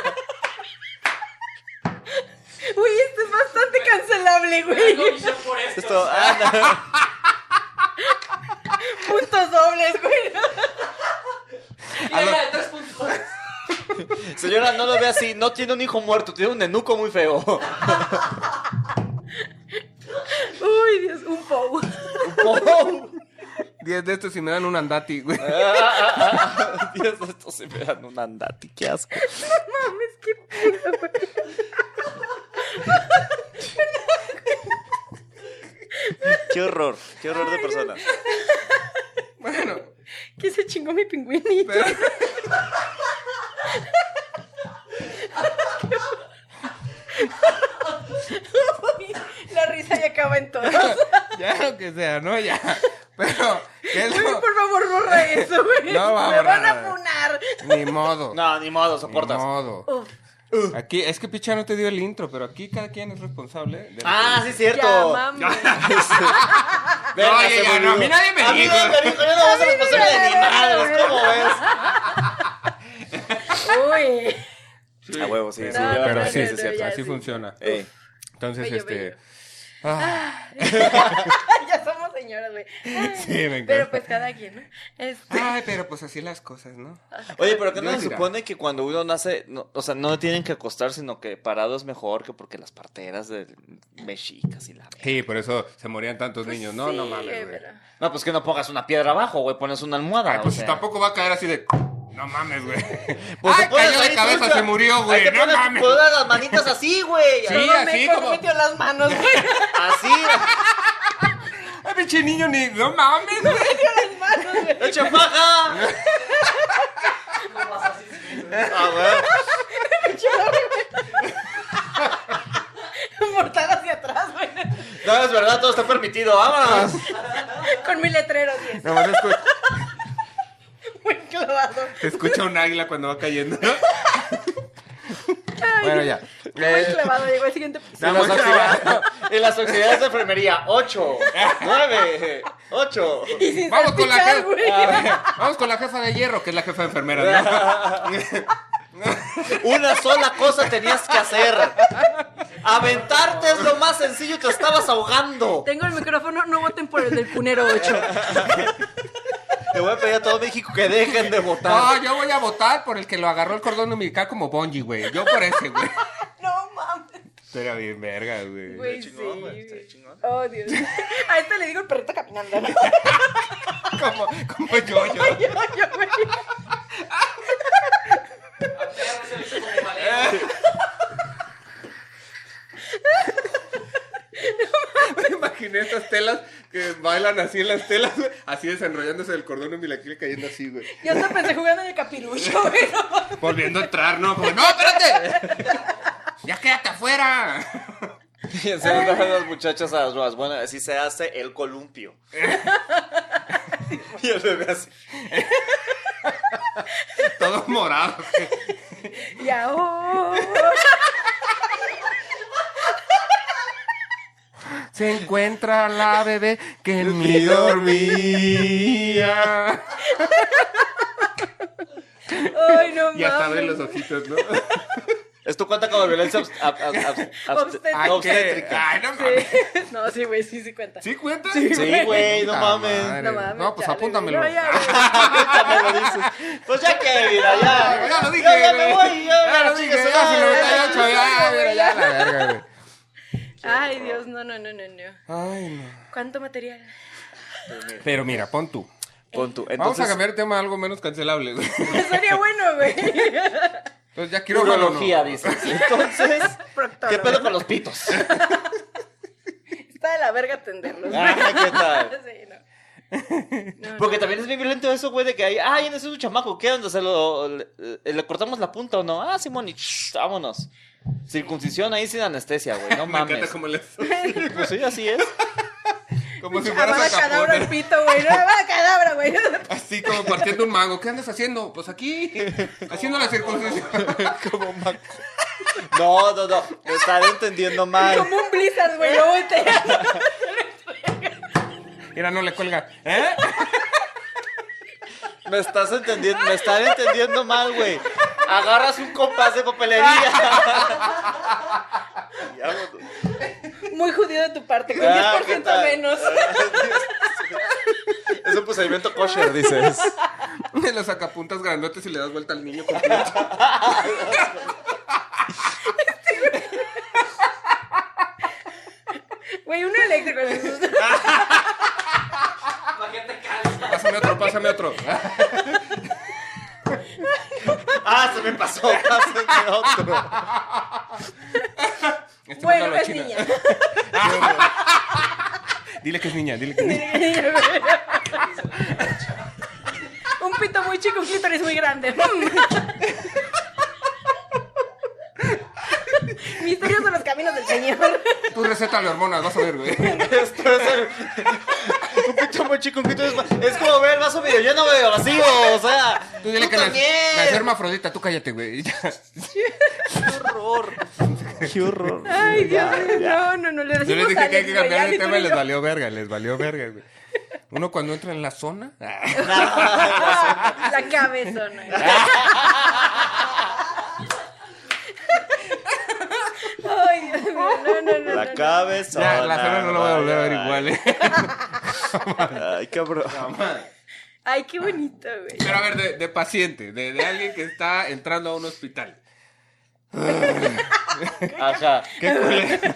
Uy, esto es bastante cancelable, güey. Comisión por esto. Esto, ah, no. Puntos dobles, güey. Mira, mira, tres puntos. Señora, no lo ve así. No tiene un hijo muerto, tiene un enuco muy feo. Uy, Dios, un pou. Oh. Diez de estos y me dan un andati, güey. Ah. Dios, esto se me dan un andati, qué asco. Mames, qué pedo, güey. Qué horror, qué horror de persona. Bueno, Que se chingó mi pingüinito. pero. Uy, La risa ya acaba en todo. Ya lo que sea, ¿no? Ya. Pero. ¿qué es lo- Por favor, borra eso, güey. No va a Me van a borrar. funar. Ni modo. No, ni modo, soportas. Ni modo. Uf, Aquí, es que Picha no te dio el intro, pero aquí cada quien es responsable. de lo que Ah, sí, dice. es cierto. Ya, mames. Verga, No, ya, se ya, olvidó. no, a mí nadie me A mí dijo. nadie me dijo, yo no voy a ser responsable de ni madres, ¿cómo ves? Uy. A huevo, sí, sí, Sí, No, ya, pero no, no, sí, sí, no, sí, ya, así sí. funciona. Ey. Entonces, Bello, este. bello. ah, ya somos señoras, güey. Ay, Sí, me encanta. Pero pues cada quien, ¿no? Este, Ay, pero pues así las cosas, ¿no? Ah. Oye, pero ¿qué no Yo se dirá. supone que cuando uno nace, no- o sea, no tienen que acostar, sino que parado es mejor que porque las parteras del mexicas y la verga? Sí, por eso se morían tantos niños. No, Pues sí, no mames, güey. pero- No, pues que no pongas una piedra abajo, güey, pones una almohada. Ay, o pues sea. tampoco va a caer así de. No mames, güey. Pues te Ay, pones cayó de ahí cabeza, trucha. se murió, Ahí güey. te No pones- mames. pones las manitas así, güey. Sí, ahí. Todo así meco como- se metió las manos, güey. Así. Ay, pinche niño, ni. No mames, güey. las manos, güey. ¡Echa paja! Ah, güey. Mortal hacia atrás, güey. No, es verdad, todo está permitido, vámonos. Con mi letrero, así, Nomás escu- muy clavado. se escucha un águila cuando va cayendo. bueno, ya. Muy Eh, clavado, llegó el siguiente Y episodio. No, las, mucho. auxiliares, y las auxiliares de enfermería, 8, 9, 8. Y sin Vamos con, la Ah. salpicar, jefa, güey. vamos con la jefa de hierro, que es la jefa de enfermeras. ¿no? Una sola cosa tenías que hacer. Aventarte es lo más sencillo y te estabas ahogando. Tengo el micrófono, no voten por el del punero 8. Te voy a pedir a todo México que dejen de votar. No, Ah, yo voy a votar por el que lo agarró el cordón umbilical como Bonji, güey. Yo por ese, güey. No mames. Era bien verga, güey. Güey, sí. chingón, güey, está chingón. Oh, Dios. A este le digo el perrito caminando. ¿no? Como, como yo, yo. Yo, yo, güey. Me imaginé estas telas que bailan así en las telas, güey. Así desenrollándose del cordón umbilical y cayendo así, güey. Yo hasta pensé jugando de capirucho, güey. no mames. Volviendo a entrar, ¿no? Como, no, espérate. Ya quédate afuera. Y enseñan a las muchachas a las nuevas. Bueno, así se hace el columpio. Y el bebé así. Todo morado. güey. Ya, oh. Se encuentra la bebé que en mí dormía. Ay, no mames. Y hasta abren los ojitos, ¿no? Esto cuenta como violencia obst- ab- ab- ab- Obstétrica. Ay, abst- ¿qué? obstétrica. Ay, no mames. Sí. No, sí, güey, sí, sí cuenta. ¿Sí cuenta? Sí, güey, no Puta mames. Ah, madre. No mames. No, pues chale, apúntamelo. güey. No, ya, güey. Ya me lo dices. Pues ya que, mira, ya. Ah, Ya lo dije. Ya, ya me güey. voy. Ya, Ya lo dije. chingue su Ya se lo madre. metí ocho, Ya, mira, ya la verga, güey. Ay, Dios, no, no, no, no, no. Ay, no. ¿Cuánto material? Pero mira, pon tú. Pon tú. Vamos a Entonces, cambiar el tema a algo menos cancelable, güey. Sería bueno, güey. Entonces ya quiero urología, dices. Entonces, Proctólogo. ¿qué pedo con los pitos? Está de la verga atenderlos. Ah, ¿qué tal? Sí, no. No, Porque no. también es bien violento eso, güey, de que hay, ay, ese es un chamaco, ¿qué onda? ¿Se lo, le, eh, le cortamos la punta o no? Ah, Simón, y shh, vámonos. Circuncisión ahí sin anestesia, güey, no Me mames. encanta como les... Pues sí, así es. Como si fueras Avada a cadabra el pito, güey. No, avada cadabra, güey. Así como partiendo un mango. ¿Qué andas haciendo? Pues aquí, haciendo la circuncisión. Como maco. No, no, no, me están entendiendo mal. Como un blizzard, güey. Yo volteando. Mira, no le cuelga. ¿Eh? Me estás entendiendo, me están entendiendo mal, güey. Agarras un compás de papelería. Y vámonos. Muy judío de tu parte, con Ah, ¿qué 10% tal? menos. Es un procedimiento kosher, dices. Le los sacapuntas grandotes y le das vuelta al niño completo. Güey, uno eléctrico. Pásame otro, pásame otro. Ah, se me pasó, pásenme otro. Este Bueno, mandalo a es China. niña. Dile que es niña, dile que es niña. Un pito muy chico, un clítoris muy grande. Mm. Misterios de los caminos del Señor. Tú receta hormonas, vas a ver, güey. Esto es el- un pito muy chico, un pito es, es como ver vaso medio lleno, medio vacío, o sea, tú, Tú dile que nació nació también. hermafrodita, tú cállate, güey. y ya. Qué horror, qué horror. Ay, Dios mío, no, no, no, le decimos Yo les dije que hay que cambiar el de tema y les valió verga, les valió verga, güey. Uno cuando entra en la zona. ah, La cabezona. Ay, Dios mío, no, no, no. La no, cabeza. ya, la zona no lo voy a volver a ver igual, eh. Ay, cabrón. no. Ay, qué bonito, güey. Pero a ver, de, de paciente, de, de alguien que está entrando a un hospital. Ajá. Qué culero.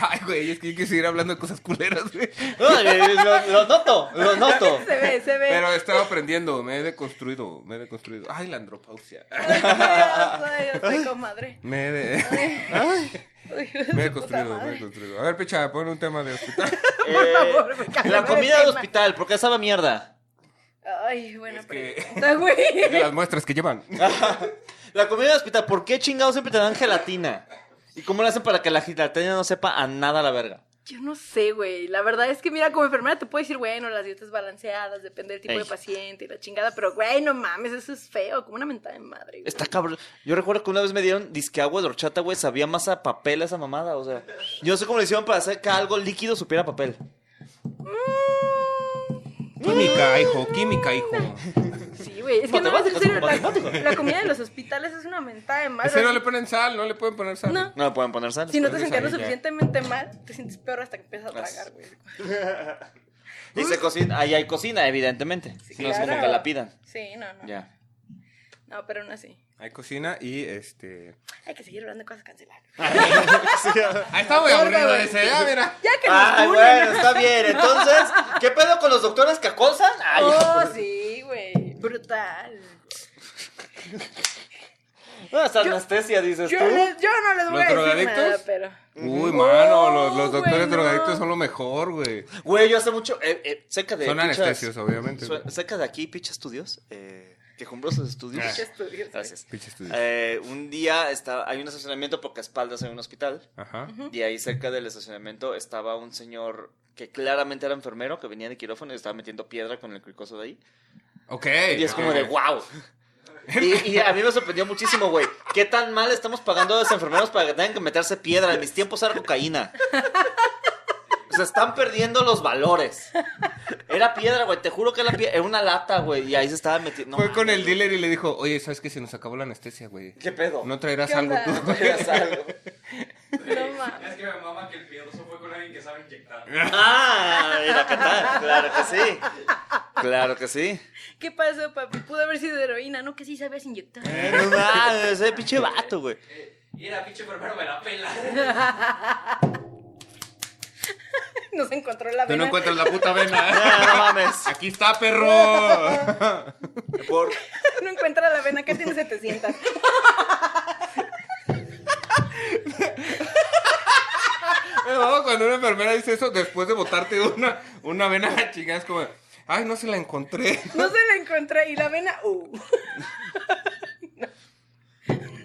Ay, güey, es que yo quiero seguir hablando de cosas culeras, güey. No, eh, lo, lo noto, lo noto. Se ve, se ve. Pero he estado aprendiendo, me he deconstruido, me he deconstruido. Ay, la andropausia. Ay, qué oso, ay, oso, comadre. Me he, de- Uy, me he su puta deconstruido, me he madre. deconstruido. A ver, picha, pon un tema de hospital. Eh, favor, me cambio la de comida del tema. hospital, porque sabe a mierda. Ay, buena Es que- pregunta, güey. De las muestras que llevan. La comida del hospital, ¿por qué chingados siempre te dan gelatina? ¿Y cómo lo hacen para que la gelatina no sepa a nada la verga? Yo no sé, güey. La verdad es que, mira, como enfermera te puedo decir, bueno, las dietas balanceadas, depende del tipo Ey. de paciente y la chingada, pero, güey, no mames, eso es feo, como una mentada de madre. güey. Está cabrón. Yo recuerdo que una vez me dieron disque agua de horchata, güey. Sabía más a papel esa mamada. O sea, yo no sé cómo le hicieron para hacer que algo líquido supiera a papel. Química, hijo, química, hijo. Mm. Sí, güey. Es que no, es en serio, Matemáticas, la, la comida de los hospitales es una mentada de madre. Ese no le ponen sal, no le pueden poner sal. No. No me pueden poner sal. Si no te Pues, sentías lo ahí ya. suficientemente mal, te sientes peor hasta que empiezas a tragar, güey. Y se cocina. Ahí hay cocina, evidentemente. no es como claro. que la pidan. Sí, no, no. Ya. No, pero aún así. Hay cocina y este. Hay que seguir hablando de cosas canceladas. Ah, está muy aburrido ese. Ah, mira. Ya que nos Ay, unen. bueno, está bien. Entonces, ¿qué pedo con los doctores que acosan? Ay, Oh, sí, güey. Brutal. no, es anestesia, dices Yo, tú. les- yo no les voy ¿Los a decir drogadictos? nada, pero. Uy, Oh, mano, los, los güey, doctores no. drogadictos son lo mejor, güey. Güey, yo hace mucho. Eh, eh, cerca de. Son pichas- anestesios, obviamente. su- Cerca de aquí, Picha Estudios. Eh, que compró sus Ah, estudios. ¿Qué estudios, güey? Gracias. Pinche estudio. Eh, un día estaba, hay un estacionamiento porque a espaldas hay un hospital. Ajá. Y ahí cerca del estacionamiento estaba un señor que claramente era enfermero, que venía de quirófano y estaba metiendo piedra con el cricoso de ahí. Ok. Y es como de wow. Y, y a mí me sorprendió muchísimo, güey. ¿Qué tan mal estamos pagando a los enfermeros para que tengan que meterse piedra? En mis tiempos era cocaína. Se están perdiendo los valores. Era piedra, güey. Te juro que era, pie- era una lata, güey. Y ahí se estaba metiendo. Fue con el dealer y le dijo, oye, ¿sabes qué? Se nos acabó la anestesia, güey. ¿Qué pedo? No traerás ¿Qué algo onda? tú. Era sal. No mames. Es que me mama que el piadoso fue con alguien que sabe inyectar. Ah, mira qué tal. Claro que sí. Claro que sí. ¿Qué pasó, papi? Pudo haber sido heroína, ¿no? Que sí sabías inyectar. No mames, ese pinche vato, güey. Mira, pinche enfermero me la pela. Nos encontró la Tú vena. no encuentras la puta vena. ¿eh? Ah, no mames. Aquí está, perro. Por... No encuentra la vena, acá tiene 700. Me mama cuando una enfermera dice eso después de botarte una, una vena chingada. Es como, ay, no se la encontré. No se la encontré y la vena, uh.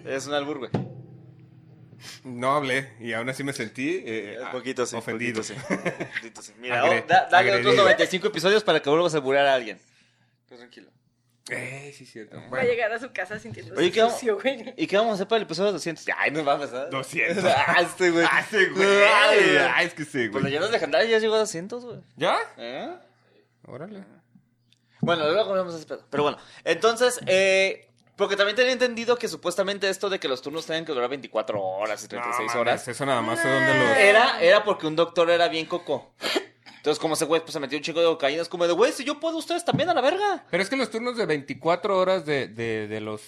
Es un albur, güey. No hablé y aún así me sentí eh, Un ah, poquito sí. ofendido. poquito, sí. Poquito, sí. Mira, Agre- oh, da- dale agredido. otros 95 episodios para que vuelvas a burlar a alguien. Tú tranquilo. Eh, sí, cierto. Va a Bueno, llegar a su casa sintiéndose Oye, ¿qué vamos- sucio, güey. ¿Y qué vamos a hacer para el episodio 200? Ay, nos vamos a 200. Ah, este, güey. Ah, sí, güey. Ay, Ay, es que sí, Pues güey. leyendas legendarias ya llegó a 200, güey. ¿Ya? ¿Eh? Órale. Bueno, luego hablamos de ese pedo. Pero bueno, entonces, eh, porque también tenía entendido que supuestamente esto de que los turnos tenían que durar 24 horas y 36 No, horas mames, Eso nada más es donde era, era porque un doctor era bien coco. Entonces, como ese güey pues, se metió un chico de cocaína, es como de, güey, si yo puedo, ustedes también a la verga. los... Pero es que los turnos de 24 horas de, de, de los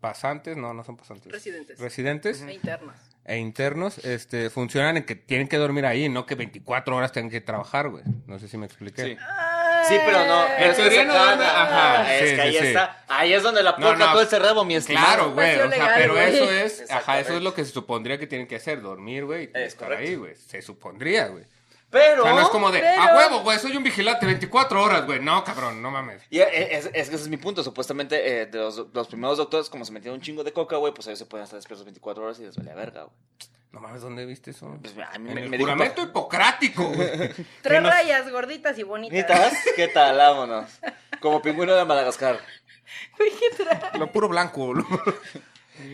pasantes, no, no son pasantes. Residentes. Residentes E internos. e internos este, funcionan en que tienen que dormir ahí, no que 24 horas tengan que trabajar, güey. No sé si me expliqué. Sí. Sí, pero no. Ay, es que teoría se no acaba- duerme- ajá, es sí, que sí, ahí sí. está. Ahí es donde la puerta no, todo el cerrado, mi Claro, estimado. güey, o sea, espacio legal, pero güey. eso es, ajá, Exactamente. eso es lo que se supondría que tienen que hacer, dormir, güey, y Es estar correcto. ahí, güey, se supondría, güey. Pero. O sea, no es como de, a pero- huevo, güey, soy un vigilante 24 horas, güey, no, cabrón, no mames. Y e- es, es que ese es mi punto. Supuestamente, eh, de los, los primeros doctores, como se metieron un chingo de coca, güey, pues ellos se pueden estar despiertos 24 horas y les vale a verga, güey. No mames, ¿dónde viste eso? Pues, a mí En me- el me dijo- juramento hipocrático, güey. Tres Que nos- rayas gorditas y bonitas. ¿Nitas? ¿Qué tal? Vámonos. Como pingüino de Madagascar. Güey, qué tra- Lo puro blanco. lo-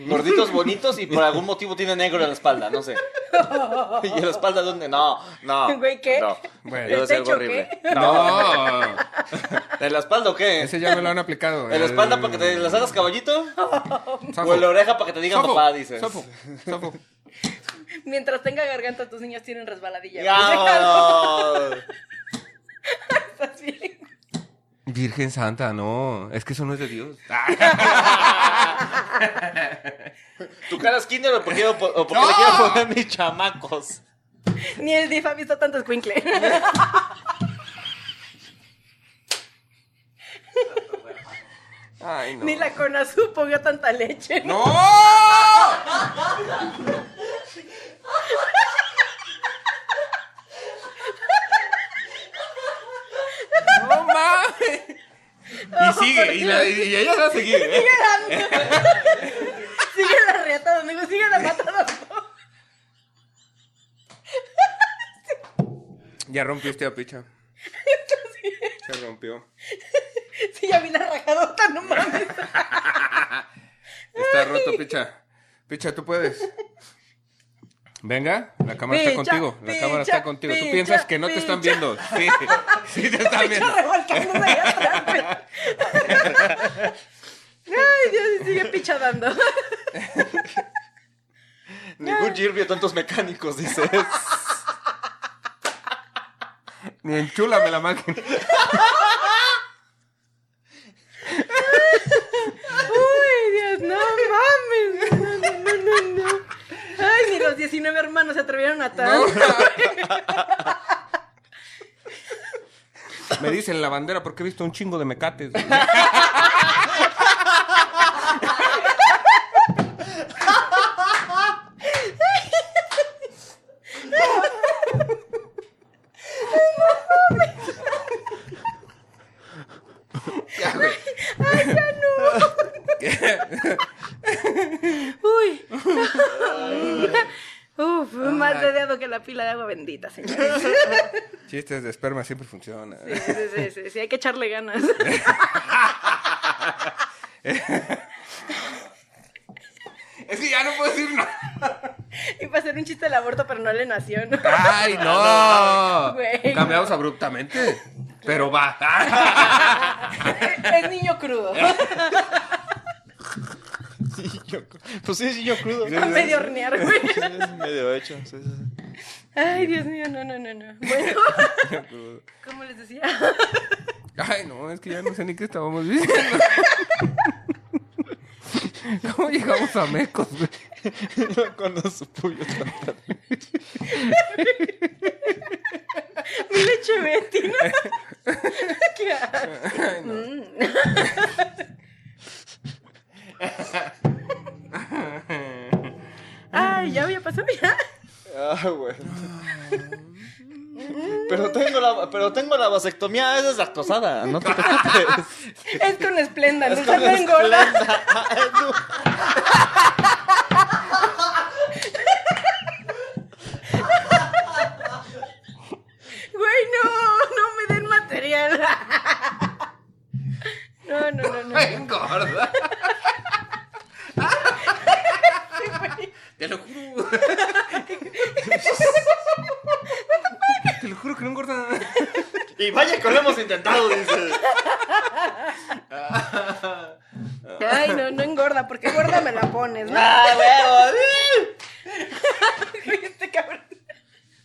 Gorditos, bonitos y por algún motivo tiene negro en la espalda, no sé. ¿Y en la espalda dónde? No, no. Güey, ¿qué? No. Bueno. Debe ser ¿Techo horrible. No, ¿En la espalda o qué? ese ya me lo han aplicado. ¿En la espalda para que te las hagas caballito? ¿O en la oreja para que te digan papá? Dices. Sofo, sofo. Mientras tenga garganta, tus niños tienen resbaladilla. ¡Vámonos! Estás bien. Virgen Santa, no. Es que eso no es de Dios. ¿Tu cara es kinder o porque, quiero po- o porque le quiero poner mis chamacos? Ni el DIF ha visto tanto escuincle. Ay, no. Ni la CONASUP vio tanta leche. ¡No! ¡No mames! Y sigue, y, la- y ella va a seguir, ¿eh? Sigue la- Sigue la reata, amigo. Sigue la matada. Ya rompió este picha. Se rompió. Sí, ya vi la rajadota, no mames. Está roto, picha. Picha, tú puedes. Venga, la cámara está Picha, contigo. La cámara picha, está contigo. picha, tú piensas que no te están picha. viendo. Sí, sí te están viendo. Yo revolcándose ahí atrás, güey. Ay, Dios, y sigue pichadando. Ningún Jir vio tantos mecánicos, dices. Ni enchúlame la máquina. Uy, Dios, no mames. No, no, no, no, no. Ay, ni los 19 hermanos se atrevieron a No. tanto. Me dicen la bandera porque he visto un chingo de mecates. Uy. Uf, más de dedo que la pila de agua bendita, señores. Chistes de esperma siempre funcionan. Sí, sí, sí, sí, sí, hay que echarle ganas. Es que ya no puedo decir nada. Y para hacer un chiste del aborto, pero no le nació, ¿no? ¡Ay, no! Güey. Cambiamos abruptamente. Pero va. Es niño crudo, Pues sí, sí, yo crudo. a medio hornear, güey. Medio hecho. sí, sí, sí. Ay, Dios mío, no, no, no, no. Bueno, ¿cómo les decía? Ay, no, es que ya no sé ni qué estábamos diciendo. ¿Cómo llegamos a Mecos, güey? Cuando su puño está- Mi leche Betty, ¿no? Mm. Claro. Ay, ya había pasado ya. Ah, güey. Pero tengo la, pero tengo la vasectomía, esa es lactosada, no te preocupes. Es con esplenda, no Es como se me engorda. Splenda. Es du- Güey, no, no me den material. No, no, no, no. Engorda. Te lo juro. Te lo juro que no engorda. Y vaya que lo hemos intentado, dice. Ay, no, no engorda, porque gorda me la pones, ¿no? ¡Ah, huevo! Güey, Este cabrón.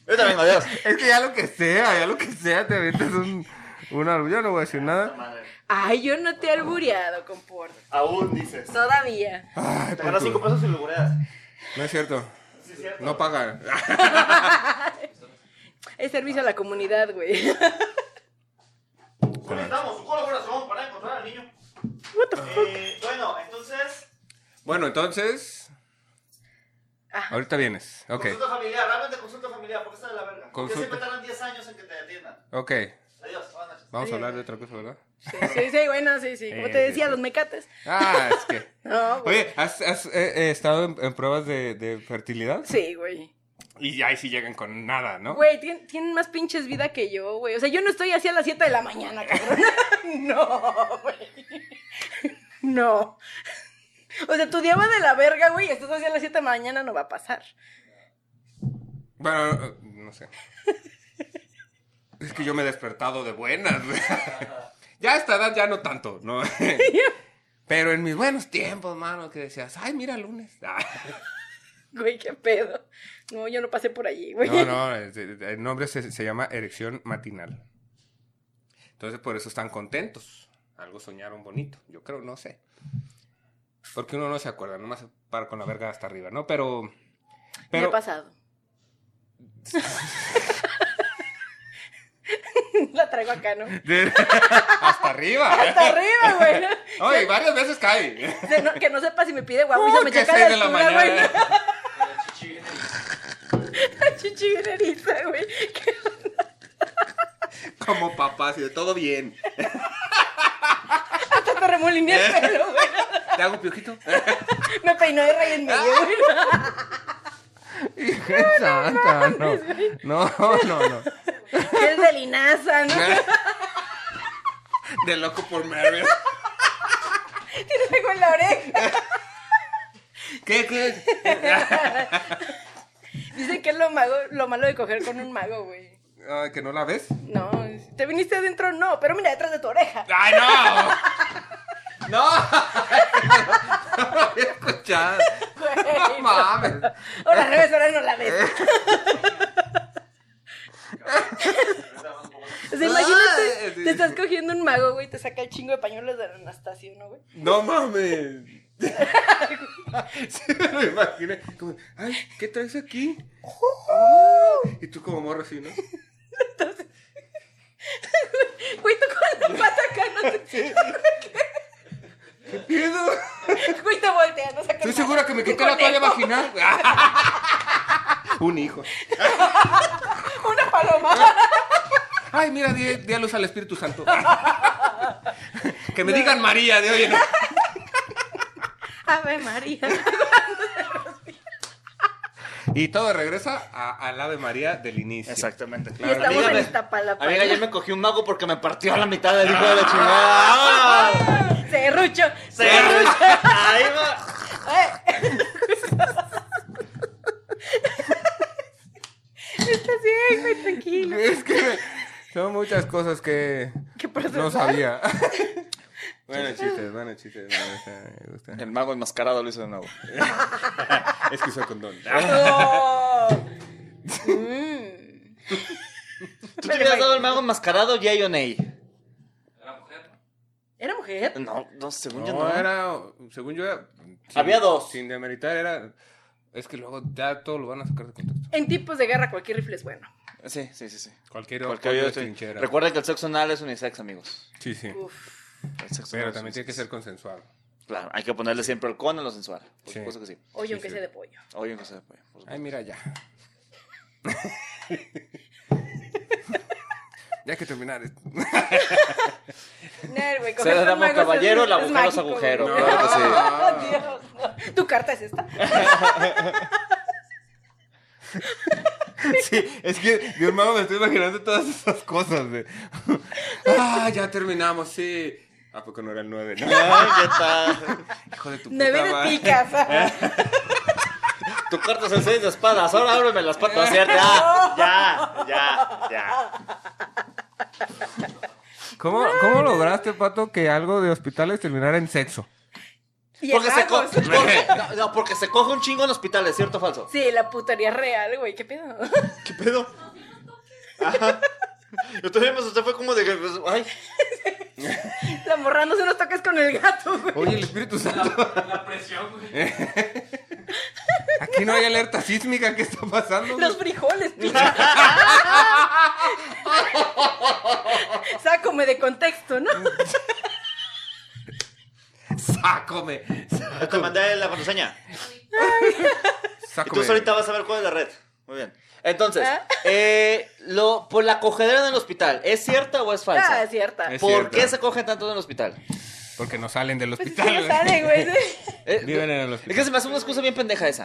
Ahorita vengo, adiós. Es que ya lo que sea, ya lo que sea, te avientas un. Una, yo no voy a decir nada. Ay, yo no te he albureado, comporta. Aún dices. Todavía. Ay, Te ganas por tu- 5 pesos y lo bureas. No es cierto. No paga. Es servicio a la comunidad, güey. Conectamos su colaboración para encontrar al niño. Eh, bueno, entonces, Bueno, entonces. Ahorita vienes. Ok. consulta familiar, realmente consulta familiar, porque está de la verga. Porque Consulta. siempre tardan 10 años en que te atiendan. Ok. Adiós, buenas noches. Vamos a hablar de otra cosa, ¿verdad? Sí, sí, sí, bueno, sí, sí. Como te Eh, decía, sí. los mecates. Ah, es que. No, güey. Oye, ¿has, has, eh, eh, estado en, en pruebas de, de fertilidad? Sí, güey. Y ahí sí llegan con nada, ¿no? Güey, tienen, tienen más pinches vida que yo, güey. O sea, yo no estoy así a las 7 de la mañana, cabrón. no, güey. No. O sea, tu día va de la verga, güey. y Estás así a las 7 de la mañana, no va a pasar. Bueno, eh, no sé. Es que yo me he despertado de buenas. güey. ya a esta edad ya no tanto, ¿no? Pero en mis buenos tiempos, mano, que decías, ay, mira, lunes. Ah. Güey, qué pedo. No, yo no pasé por allí, güey. No, no, es- es- el nombre se, se llama erección matinal. Entonces, por eso están contentos. Algo soñaron bonito, yo creo, no sé. Porque uno no se acuerda, nomás se para con la verga hasta arriba, ¿no? Pero... Me pero ha pasado. la traigo acá, ¿no? hasta arriba. Hasta arriba, güey. Ay, varias veces cae. Se- no- que no sepa si me pide guaguiza, me Porque checa seis la altura, güey. ¿eh? La chichi viene y- Chichi bien eriza, güey. Qué- Como papás y de todo bien. Hasta te remoliné el Eh. pelo, güey. ¿Te hago piojito? Me peinó de rey en medio, güey. Santa, no. No, no, no. Que Es de linaza, ¿no? De loco por Mary. Tienes algo en la oreja. ¿Qué, qué? Dicen que es lo, mago, lo malo de coger con un mago, güey. Ah, ¿Que no la ves? No, te viniste adentro, no, pero mira detrás de tu oreja. ¡Ay, no! ¡No! Escuchad. Güey, No mames. Ahora al revés, ahora no la ves. O sea, imagínate, te estás cogiendo un mago, güey, te saca el chingo de pañuelos de Anastasio, ¿no, güey? No mames. Sí, me lo imaginé. Como, ay, ¿qué traes aquí? Ah, Y tú como morro así, ¿no? Güey, tú con la pata acá, no te... ¿Qué pido? Güey, te volteas, no sacas nada. Estoy segura que me Un quité la toalla conejo, vaginal. Un hijo. Una paloma. Ay, mira, di, di a luz al Espíritu Santo. que me digan María de hoy en Ave María. Y todo regresa a- al Ave María del inicio. Exactamente, Y estamos en Dígame, Iztapalapa. Amiga, ayer me cogí un mago porque me partió a la mitad del hijo de la chingada. ¡Vámonos! Cerrucho. Sí. Ahí Ah, va. Eh. Estás bien, güey, tranquilo. Es que son muchas cosas que ¿Qué procesar? no sabía. bueno, chistes, bueno, chistes. Me gusta, me gusta. El mago enmascarado lo hizo de nuevo. Es que usa condón. No. Mm. ¿Tú te hubieras dado el mago enmascarado, yay o nay? La mujer. ¿Era mujer? No, no, según yo No, no. era, según yo, era- Había dos. Sin demeritar, era. Es que luego ya todo lo van a sacar de contexto. En tipos de guerra cualquier rifle es bueno. Sí, sí, sí, sí. Cualquier Porque apoyo yo de estoy- trinchera. Recuerda que el sexo anal es unisex, amigos. Sí, sí. Uf. El sexo anal Pero es también tiene que unisex. ser consensuado. Claro, hay que ponerle siempre el con a lo sensual. Por Sí. supuesto que sí. Oye, Sí, aunque sí. sea de pollo. Oye, no sé, pues, por supuesto. Ay, mira ya. ya hay que terminar. esto. No, güey, Se le dama un caballero, el agujero es agujero. No. Claro que sí. Dios, no. Tu carta es esta. Sí, es que, Dios mío, me estoy imaginando todas esas cosas. De... ah, ya terminamos, sí. Ah, porque no era el 9, ¿no? Ay, ¿qué tal? Hijo de tu puta Nueve de madre. picas. Tu carta es el seis de espadas. Ahora ábreme las patas. ¿cierto? Ya, ya, ya, ya. ¿Cómo, ¿Cómo lograste, Pato, que algo de hospitales terminara en sexo? Y Porque se, co- enagos. porque, no, no, porque se coge un chingo en hospitales, ¿cierto o falso? Sí, la putería real, güey, qué pedo. ¿Qué pedo? Ajá. Yo también me asusté, fue como de que, pues, ay, La morra no se nos toques con el gato, güey. Oye, el Espíritu Santo. La, la presión, güey. Aquí no hay alerta sísmica, ¿qué está pasando? Los frijoles, picha. Sácome de contexto, ¿no? Pues, Sácome. yo te mandé la contraseña. Y tú Sácome. ahorita vas a ver cuál es la red. Muy bien. Entonces, ¿Ah? eh, lo, por la cogedera en el hospital, ¿es cierta o es Ah, falsa? es cierta. Es- ¿Por cierta. qué se cogen tanto en el hospital? Porque no salen del Pues sí hospital. lo saben, güey. Eh, Viven en el es hospital. que se me hace una excusa bien pendeja esa.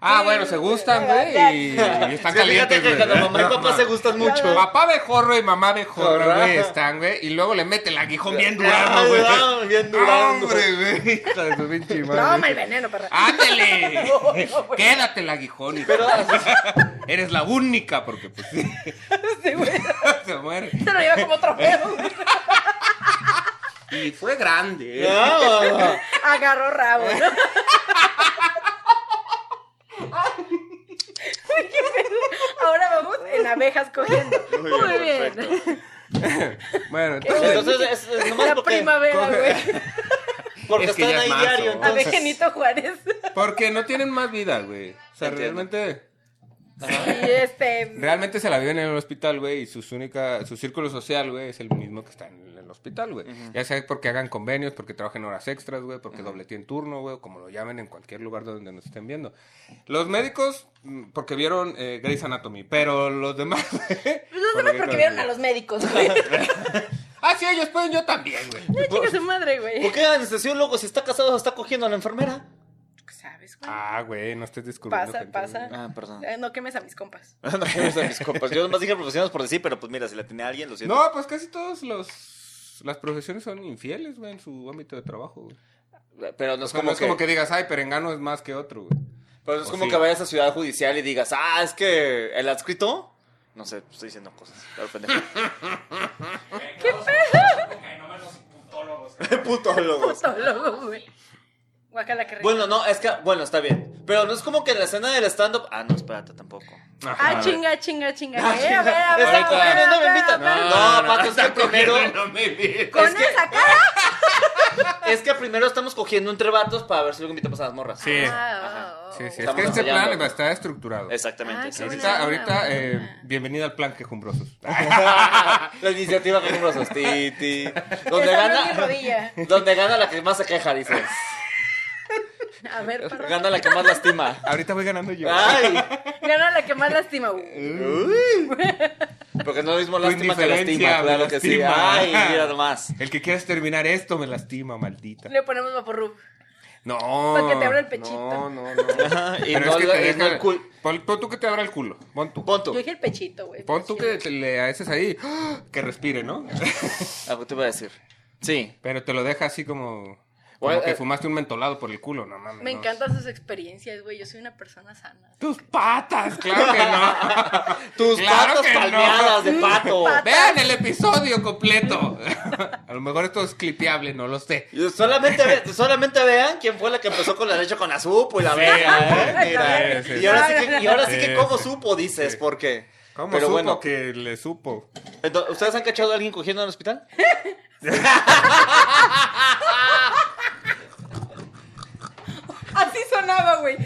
Ah, bueno, se gustan, güey. Y, y están Sí, fíjate calientes, que güey. cuando mamá y No, papá no. se gustan mucho. Papá bejorro y mamá bejorro, Corra. güey, están, güey. Y luego le mete el aguijón bien Ah, durado, güey. durado, bien durado. ¡Hombre, güey! Hija de su pinche madre. Toma el veneno, perra. ¡Ándale! No, no, güey. Quédate el aguijón, hijo. Pero, Eres la única, porque pues sí, Sí, güey. se muere. Se lo lleva como trofeo. güey. Y fue grande. ¿eh? Ah. no, Agarró rabo, ¿no? Uy, qué pedo. Ahora vamos en abejas cogiendo. Muy Muy, bien, bien. Bueno, entonces. entonces es, es nomás La porque, primavera, güey. porque Es que están ya es ahí marzo. diario. Entonces, Abejenito Juárez. Porque no tienen más vida, güey. O sea, Entiendo. realmente. Y este. Realmente se la viven en el hospital, güey, y sus única, su círculo social, güey, es el mismo que está en el hospital, güey. Ya sea porque hagan convenios, porque trabajen horas extras, güey, porque dobleteen turno, güey, o como lo llamen en cualquier lugar donde nos estén viendo. Los médicos, mm, porque vieron eh, Grey's Anatomy, pero los demás... güey, Los por lo demás porque que creo, vieron güey. a los médicos, güey. Ah, sí, ellos pueden, yo también, güey. No, chica su madre, güey. ¿Por qué el anestesiólogo si está casado se está cogiendo a la enfermera? ¿Sabes, güey? Ah, güey, no estés descubriendo. Pasa, gente, pasa. güey. Ah, perdón. Eh, No quemes a mis compas. No quiero usar mis copas. Yo nomás dije profesiones por decir, pero pues mira, si la tenía alguien, lo siento. No, pues casi todos los... Las profesiones son infieles, güey, en su ámbito de trabajo, güey. Pero no O es sea, como no es que, como que digas, ay, Perengano es más que otro, güey. pero no es o como sí. que vayas a ciudad judicial y digas, ah, es que el adscrito. No sé, estoy diciendo cosas. Claro, pendejo. ¿Qué pedo? Cocainómanos y putólogos. Putólogos. Puto lobo, güey. Guacala que rico. Bueno, no, es que, bueno, está bien. Pero no es como que en la escena del stand-up. Ah, no, espérate, tampoco. Ah, chinga, chinga, chinga. Ah, Eh, chinga. a ver, a ver, Esa a ver, mujer no me a ver, invita. a ver. No, Pato, es que primero- no me vi. Con Es que- esa cara. Es que primero estamos cogiendo entre vatos para ver si luego invitamos a las morras. Sí. Ah, Sí, sí, es Estamos que este ensayando. plan está estructurado. Ah, Exactamente. qué sí, sí, buena sí. Ahorita, onda, ahorita, buena eh, onda. bienvenida al plan quejumbrosos. la iniciativa con brazos. Ti, ti. Esa Donde no es mi gana, rodilla. donde gana la que más se queja, dices. A ver, perro. Gana la que más lastima. Ahorita voy ganando yo. Ay. Gana la que más lastima. güey. Eh. Porque no es lo mismo Tu lástima que indiferencia lastima, me claro que sí. lastima. Ay, mira nomás. El que quieras terminar esto me lastima, maldita. Le ponemos vaporru. No. Pa' que te abra el pechito. No, no, no. Ajá, y Pero no es que lo- te y no deja... el cul- Pon, pon tú que te abra el culo. Pon tú. Pon Yo tú. dije el pechito, güey. Pon tú que te le haces ahí. Que respire, ¿no? Algo Ah, pues te iba a decir. Sí. Pero te lo deja así como... Bueno, Como que eh. fumaste un mentolado por el culo, no mames. Me no. encantan sus experiencias, güey. Yo soy una persona sana. Tus patas, claro que no. Tus Claro patas que no. palmeadas de pato. Pato. Vean el episodio completo. A lo mejor esto es clipeable, no lo sé. Y Solamente, ve- solamente vean quién fue la que empezó con la leche con la supo y la verga, ¿eh? Mira, sí, sí. Y ahora sí que, y ahora sí Sí, que como sí. supo, dices, Sí. porque. ¿Cómo Pero supo bueno, que le supo? ento- ¿ustedes han cachado a alguien cogiendo en el hospital? Así sonaba, güey.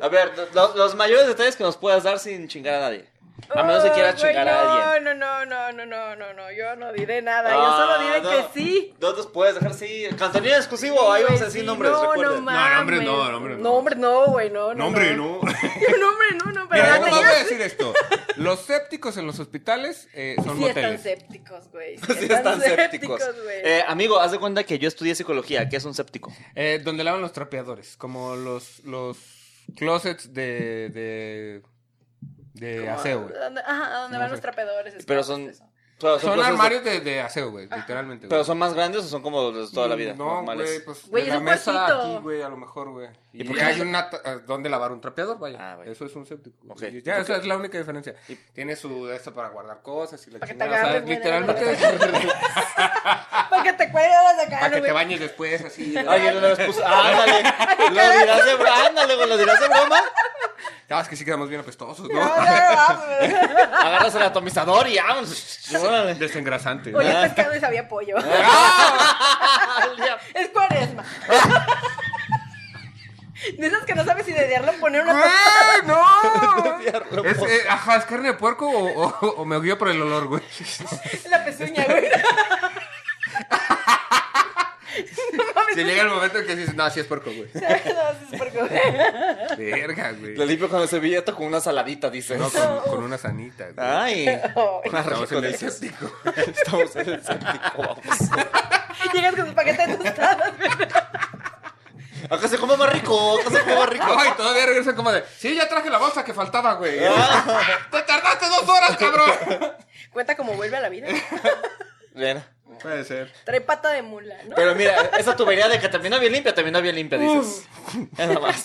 A ver, lo- los mayores detalles que nos puedas dar sin chingar a nadie. A menos que quieras Ay, güey, chingar a alguien. No, no, no, no, no, no, no. Yo no diré nada. Yo solo diré Ah, no. que sí. No nos puedes dejar sí. Cantonero exclusivo, ahí vamos a decir Sí, nombres, no, recuerden. No, No, nombres mames. no, nombres no. Nombres no, güey, no, no. no. No, hombre, no, no, pero Mira, la no voy tenía- a decir esto. Los sépticos en los hospitales eh, son Sí están moteles. sépticos, güey. Sí, Sí, están sépticos. güey. Eh, amigo, haz de cuenta que yo estudié psicología, que es un séptico. Eh, donde lavan los trapeadores, como los, los closets de, de, de Como- aseo, güey. ¿dónde- Ajá, ¿a dónde No van sé. los trapedores? escobas, Pero son. eso? Son, Son cosas de- armarios de, de aseo, güey, literalmente. güey. ¿Pero son más grandes o son como los de toda la vida? No, normales? güey, pues Güey, de es la un mesa cuartito. aquí, güey, a lo mejor, güey. ¿Y Y, por ya qué? hay una ta- eh, donde lavar un trapeador, vaya. Ah, vaya. Eso es un séptico. Ok. Y Ya, Ok. esa es la única diferencia. Tiene su esto para guardar cosas y la Para que te chingada, o sea, agarres, güey, de la literalmente Para que te cuelgas de acá, para que güey. te bañes después así. Alguien una vez puso. Ándale. Lo dirás de broma. Ándale, güey, lo dirás de broma. No, Ah, es que sí quedamos bien apestosos, No, ¿no? no, no, no. Agarras el atomizador y ¡ah! vamos. Órale. Desengrasante. Oye, pescado y sabía pollo. Es cuaresma. De esas que no sabes si desearlo poner una ¡Güey, ¡No! Diablo. Es, eh, ajá, ¿es carne de puerco o, o- o me guío por el olor, güey? pe- la pezuña, güey. No mames, Si llega el momento en que dices, no, sí es porco, güey. No, es porque- ¿Eh? Verga, güey. Lo limpio con la servilleta con una saladita, dice. No, Oh, con, con una sanita, güey. Ay. Más Estamos rico en el de- séptico. Estamos en el séptico, vamos. Llegas con tu paquete de tostadas. Acá se come más rico, acá se come más rico. Ay, todavía regresa como de, sí, ya traje la bolsa que faltaba, güey. Ah. Te tardaste dos horas, cabrón. Cuenta cómo vuelve a la vida. Bien. Puede ser. Trae pata de mula, ¿no? Pero mira, esa tubería de que terminó bien limpia, terminó bien limpia, dices. Nada más.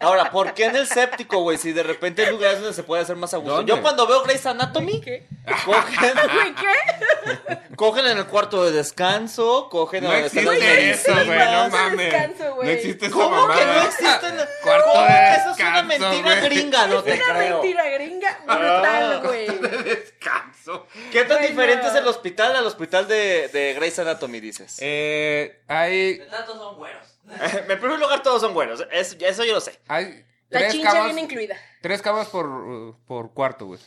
Ahora, ¿por qué en el séptico, güey? Si de repente hay lugares donde se puede hacer más a gusto. ¿Dónde? Yo cuando veo Grey's Anatomy, ¿Qué? cogen, Ah. Güey, ¿qué? cogen en el cuarto de descanso, cogen No donde están las existe eso, güey. No medicinas. mames. Descanso, No güey. existe esa ¿Cómo mamada. que no existen? Cuarto ¿Cómo de que eso es una descanso, mentira güey. gringa? No te Una creo. Ah. mentira gringa brutal, güey. Descanso. ¿Qué tan Bueno. diferente es el hospital al hospital de, de Grey's Anatomy, dices? Eh, hay, Tantos son güeros. en primer lugar, todos son buenos. Eso, eso yo lo sé. hay La tres chincha camas, viene incluida. tres camas por, uh, por cuarto, güey.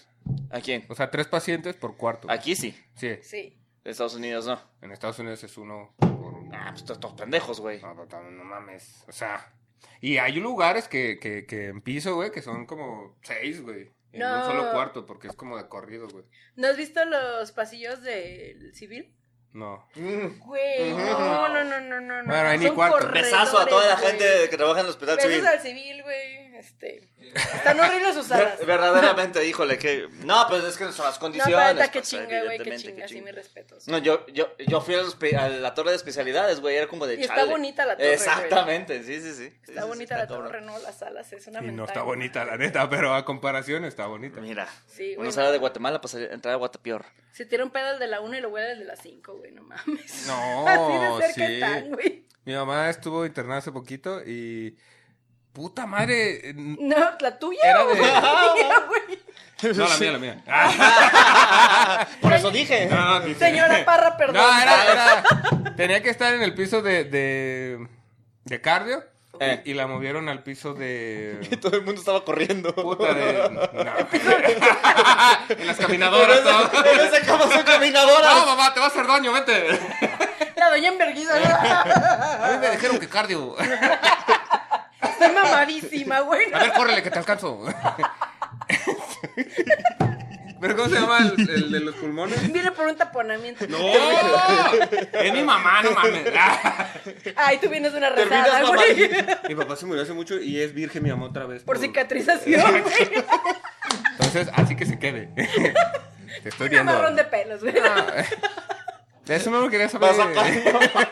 ¿A quién? O sea, tres pacientes por cuarto. güey. Aquí sí. Sí, Sí. De Estados Unidos no. en Estados Unidos es uno por uno. Ah, pues todos todos pendejos, güey. No, no, no, no mames. O sea, y hay lugares que, que, que en piso, güey, que son como seis, güey. En un No. solo cuarto, porque es como de corrido, güey. ¿No has visto los pasillos del civil? No. Güey, no, no, no, no, no. no. Bueno, ahí ni Son cuarto. corredores, Besazo a toda la güey. gente que trabaja en el hospital Besos civil. al civil, güey. Este. Están horribles sus alas. Ver- Verdaderamente, híjole, que. No, pues es que son las No, condiciones. pero neta, qué pues, chinga, güey, qué evidentemente, chinga, qué sí, mis respetos. No, yo, yo, yo fui a, los pe- a la torre de especialidades, güey. Era como de Y está chale. bonita la torre, Exactamente, sí, sí, sí. Sí, sí, Está sí, bonita está la cabrón. torre, ¿no? Las alas, es una Y no mentada. está bonita, la neta, pero a comparación está bonita. Mira, Sí, uno bueno. sale de Guatemala para salir- entrar a Guatapior. Se tira un pedo el de la 1 y lo huele el de la 5, güey, no mames. No, Así de cerca sí. están, güey. Mi mamá estuvo internada hace poquito y. Puta madre. eh, n- No, la tuya. Era güey. de- La mía, güey. No, la mía, la mía. Ah, Por eso dije. no, sí, sí. Señora Parra, perdón. No, era, era- Tenía que estar en el piso de. de, de cardio. Eh. Y, y la movieron al piso de. Todo el mundo estaba corriendo. Puta de. no. en las caminadoras, todo. En esa cama son No, caminadoras. mamá, te va a hacer daño, vete. La doña enverguida. ¿no? A mí me dijeron que cardio. Estoy mamadísima, güey. A ver, córrele que te alcanzo. ¿Pero cómo se llama el, el de los pulmones? Viene por un taponamiento. ¡No! Es mi mamá, no mames. Ay, tú vienes de una rezada, Terminas güey. Mi papá se murió hace mucho y es virgen mi mamá otra vez. Por cicatrización, güey. Entonces, así que se quede. Te estoy Un viendo. marrón de pelos, güey. Ah, de eso no lo quería saber. Vas a,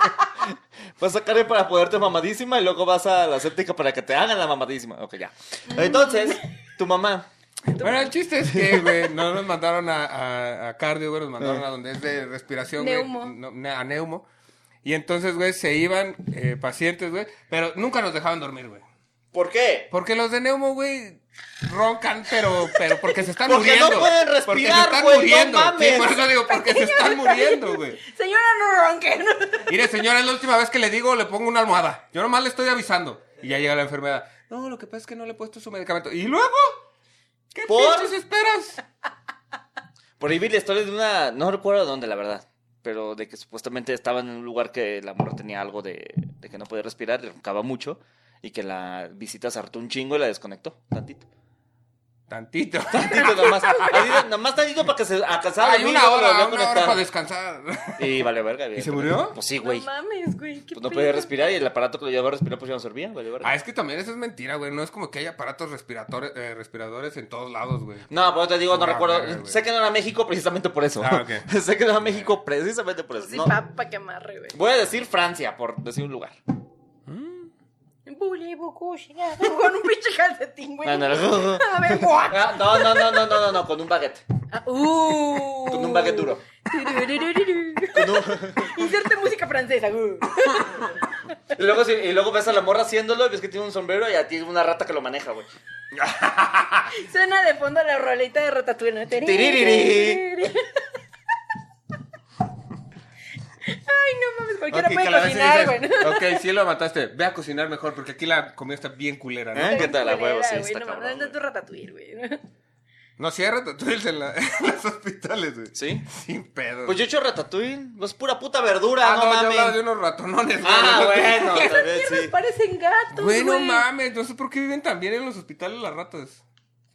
vas a Karen para poderte mamadísima y luego vas a la séptica para que te hagan la mamadísima. Ok, ya. Entonces, tu mamá. Bueno, el chiste es que, güey, no nos mandaron a, a- a cardio, güey, nos mandaron Ah. a donde es de respiración, güey. Neumo. No, na- a neumo. Y entonces, güey, se iban eh, pacientes, güey, pero nunca nos dejaban dormir, güey. ¿Por qué? Porque los de neumo, güey, roncan, pero, pero porque se están Porque no muriendo. pueden Porque se respirar, están güey, no muriendo. mames. Sí, por eso digo, porque se están muriendo, güey. Señora, no ronquen. Mire, señora, es la última vez que le digo, le pongo una almohada. Yo nomás le estoy avisando. Y ya llega la enfermedad. No, lo que pasa es que no le he puesto su medicamento. ¿Y luego? ¿Qué ¿Por? pinches esperas? Por ahí vi la historia de una. No recuerdo dónde, la verdad. Pero de que supuestamente estaban en un lugar que la morra tenía algo de, de que no podía respirar, y roncaba mucho. Y que la visita se hartó un chingo y la desconectó. Tantito. Tantito. Tantito nomás. Así de- nomás tantito para que se alcanzara. a Hay dormir y una luego la hora, volvió a una hora conectar. para descansar. Y vale, verga. ¿Y se murió? Pues sí, No güey. mames, güey. qué Pues no pedo. podía respirar y el aparato que lo llevaba a respirar pues ya no servía, vale, verga. Ah, es que también eso es mentira, güey. No es como que hay aparatos respiradores, eh, respiradores en todos lados, güey. No, pero te digo, no Ah, recuerdo. verga, güey. sé que no era México precisamente por eso. Ah, ok. sé que no era México precisamente por eso. Pues Sí, No. pa, pa' que amarre, güey. Voy a decir Francia, por decir un lugar. Bully, bucu, chingada. Con un pinche calcetín, güey. Ah, No, no, no. A ver, guau. Ah, No, no, no, no, no, no, no, con un baguette. Ah, uh. Con un baguette duro. Con un- Inserte música francesa. uh. Y, luego, sí, y luego ves a la morra haciéndolo y ves que tiene un sombrero y a ti una rata que lo maneja, güey. Suena de fondo la rolita de Ratatouille. ¿no? Tiririri. Ay, no mames, cualquiera Ok, que puede la ves y cocinar, güey. dices, Ok, sí lo mataste. Ve a cocinar mejor, porque aquí la comida está bien culera, ¿no? ¿Eh? ¿Qué tal la Culera, huevo? Sí, güey, está no mames, cabrón, anda güey. tu ratatouille, güey. No, sí hay ratatouilles en, la- en los hospitales, güey. ¿Sí? Sin pedo. Pues yo he hecho ratatouille. Es pura puta verdura, Ah, no, no, yo hablaba de mames. unos ratonones, güey. Ah, bueno, Esas también mierdas sí. parecen gatos, güey. Güey, no mames. No sé por qué viven tan bien en los hospitales las ratas.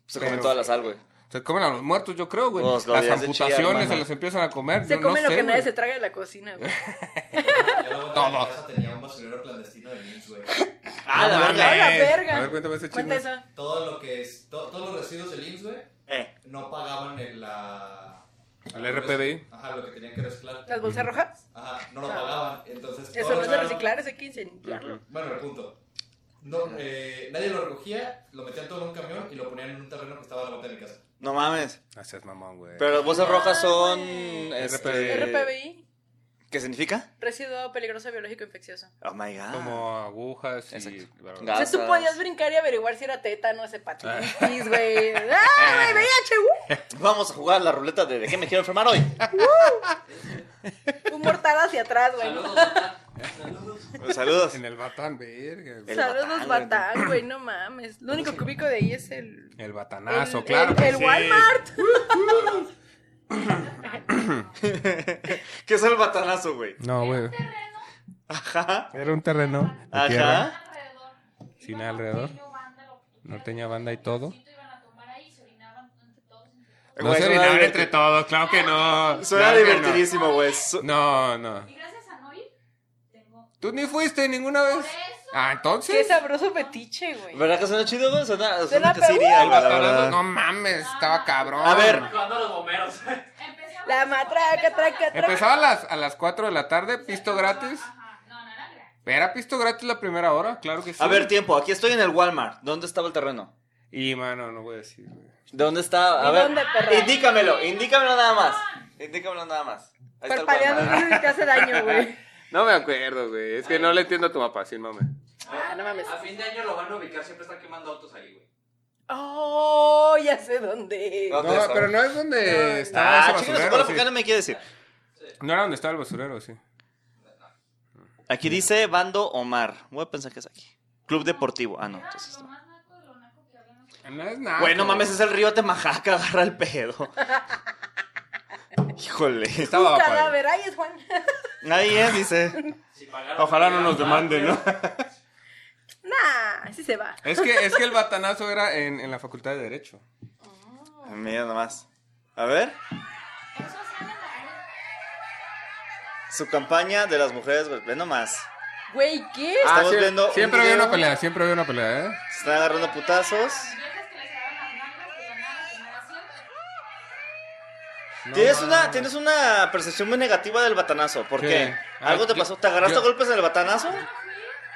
Se comen Pero- toda la sal, güey. Se comen a los muertos, yo creo, güey. Pues, lo las habías de chillar, amputaciones hermano. se las empiezan a comer. Se yo come no lo sé, que nadie güey. se traga de la cocina, güey. Todo. Yo tenía un basurero clandestino de Nins, güey. Ah, la No verdad. A la mames. verga. A ver, cuéntame ese Cuenta chisme. esa. Todo lo que es, to- todos los residuos del IMSS, güey, Eh. no pagaban el, la... Al RPBI. Ajá, lo que tenían que reciclar. Las bolsas rojas. Ajá, no lo pagaban. Entonces, Eso todos no es de echaron- reciclar, eso hay que incendiarlo. Bueno, el punto. No, eh, nadie lo recogía, lo metían todo en un camión y lo ponían en un terreno que estaba a la vuelta de mi casa. No mames. Gracias, mamón, güey. Pero las bolsas rojas son. güey. Eh, Este, RPBI, ¿Qué significa? residuo peligroso biológico infeccioso. Oh my god. Como agujas y... Exacto. Bueno, Gas. O sea, tú Pasas. podías brincar y averiguar si era tétano, hepatitis, güey. ¡Ah, güey, Eh. VIH! Vamos a jugar la ruleta de, ¿de qué me quiero enfermar hoy. uh! Un mortal hacia atrás, güey. Saludos, Nata. Saludos. Saludos. En el batán, verga. güey. El Saludos, batán, batán, güey, no mames. Lo único que ubico de ahí es el. El El, batanazo, el, claro que el sí. Walmart. ¿Qué es el batanazo, güey? No, güey. Ajá. Era un terreno de tierra. Ajá. alrededor. Sin Iban alrededor. norteño, banda, lo que tú quieras. Norteña banda y todo. Iban a tomar ahí, se orinaban entre todos, entre todos. No Güey, se suena orinaban diverti- entre todos, claro que no. Suena Claro que no. divertidísimo, güey. Su- No, no. Y gracias a no ir, tengo. ¿Tú ni fuiste ninguna vez? Ah, Qué entonces. sabroso fetiche, güey. ¿Verdad que suena chido, güey? Suena, Suena suena que sí iría, perro. El güey, la batanazo, verdad. no mames, estaba cabrón. A ver. Jugando a los bomberos. Empezaba- La matraca, traca, traca. Empezaba a las, a las 4 de la tarde, pisto gratis. Ajá, no, no era gratis. Era pisto gratis la primera hora, claro que sí. A ver, tiempo. Aquí estoy en el Walmart. ¿Dónde estaba el terreno? Y mano, no voy a decir, güey. ¿De dónde está? A ¿Y ver. dónde, perro? Indícamelo, indícamelo nada más. Indícamelo nada más. Ahí está el Parpadeando Walmart. no te hace daño, güey. No me acuerdo, güey. Es que no le entiendo a tu papá, sin mames. Ah, no mames. A fin de año lo van a ubicar, siempre están quemando autos ahí, güey. Oh, ya sé dónde. es. No, No, Entonces, pero no es donde estaba Ah, ese chicos, ¿por basurero. sí. qué no me quiere decir? No era donde estaba el basurero, sí. Aquí dice Bando Omar. Voy a pensar que es aquí. Club Deportivo. Ah, no, entonces Lo no. más naco de lo naco que habían No es nada. Bueno, mames, es el río Temajaca, agarra el pedo. Híjole. Estaba Un padre. cadáver, ahí es Juan. Ahí es, eh, dice. Si pagaron- Ojalá no nos demanden, ¿no? Nah, sí se va. Es que, es que el batanazo era en, en la facultad de Derecho. Mira nomás. A ver. Eso hacían en la Su campaña de las mujeres, güey, ve nomás. Güey, ¿qué? Estamos viendo un siempre había video. una pelea, siempre había una pelea, ¿eh? Se están agarrando putazos. viejas que les daban las nalgas, que ganaban, que no hacían. No Tienes mames. una, tienes una percepción muy negativa del batanazo. ¿Por ¿Qué? qué? Ah, ¿Algo te yo- pasó? ¿Te agarraste yo- a golpes en el batanazo?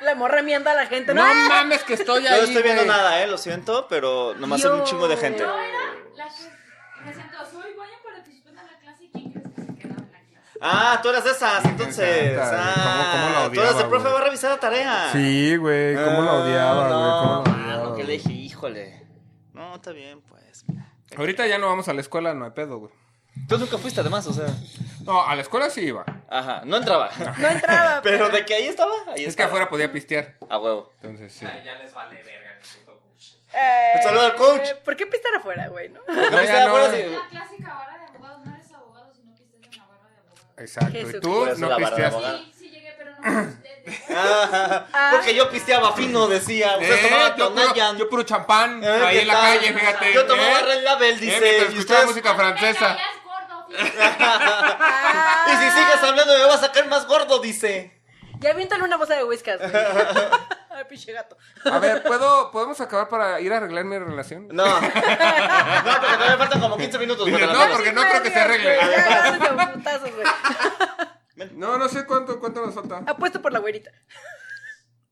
La morra mienda a la gente. No No, ¡Ah! mames, que estoy No ahí. estoy viendo güey. nada, eh, lo siento, pero nomás son un chingo de gente. Yo era la que me sentó, soy vayan para que suspendan la clase y quién crees que se quedaba en la clase. Ah, tú eras de esas, entonces. encanta, güey. Ah, ¿Cómo- cómo la tú eras odiaba, el profe, güey? va a revisar la tarea. Sí, güey, cómo la odiaba, güey. Ah, cómo No, la mano, odiaba, que güey. le dije, híjole. No, está bien, pues. mira. Ahorita ya no vamos a la escuela, no hay pedo, güey. Tú nunca fuiste, además, o sea. No, a la escuela sí iba. Ajá, no entraba. No entraba. Pero de que ahí estaba, ahí pues. Es que estaba. afuera podía pistear. A huevo. Entonces, sí. Ya, ya les vale verga. el puto coach. Eh, Un saludo Pues al coach. ¿Por qué pistar afuera, güey? No? Porque No, fuiste ya afuera no. sí. La clásica barra de abogados, no eres abogado, sino que estás en la barra de abogados. Exacto. Y Jesús. tú Por eso no la barra de pisteaste. Eh, abogado. Sí, sí llegué, pero no con ustedes. Ah, porque yo pisteaba fino, decía. Usted Eh, tomaba yo, puro, Tonayan. yo puro champán Eh, ahí ¿qué en la tal? calle, fíjate. Yo tomaba eh. Red Label, Eh, dice. mientras y, escuchaba ustedes- música Me francesa. caías gordo, fíjate. Ah, y si sigues hablando, me vas a caer más gordo, dice. Ya aviéntale una bolsa de whiskas, güey. Ay, pinche gato. A ver, ¿puedo, ¿podemos acabar para ir a arreglar mi relación? No. No, porque todavía faltan como 15 minutos. Dice, para la no, hora. porque no creo que se arregle. Ya, ya, ya, ya, putazos, güey. No, no sé cuánto, cuánto nos falta. Apuesto por la güerita.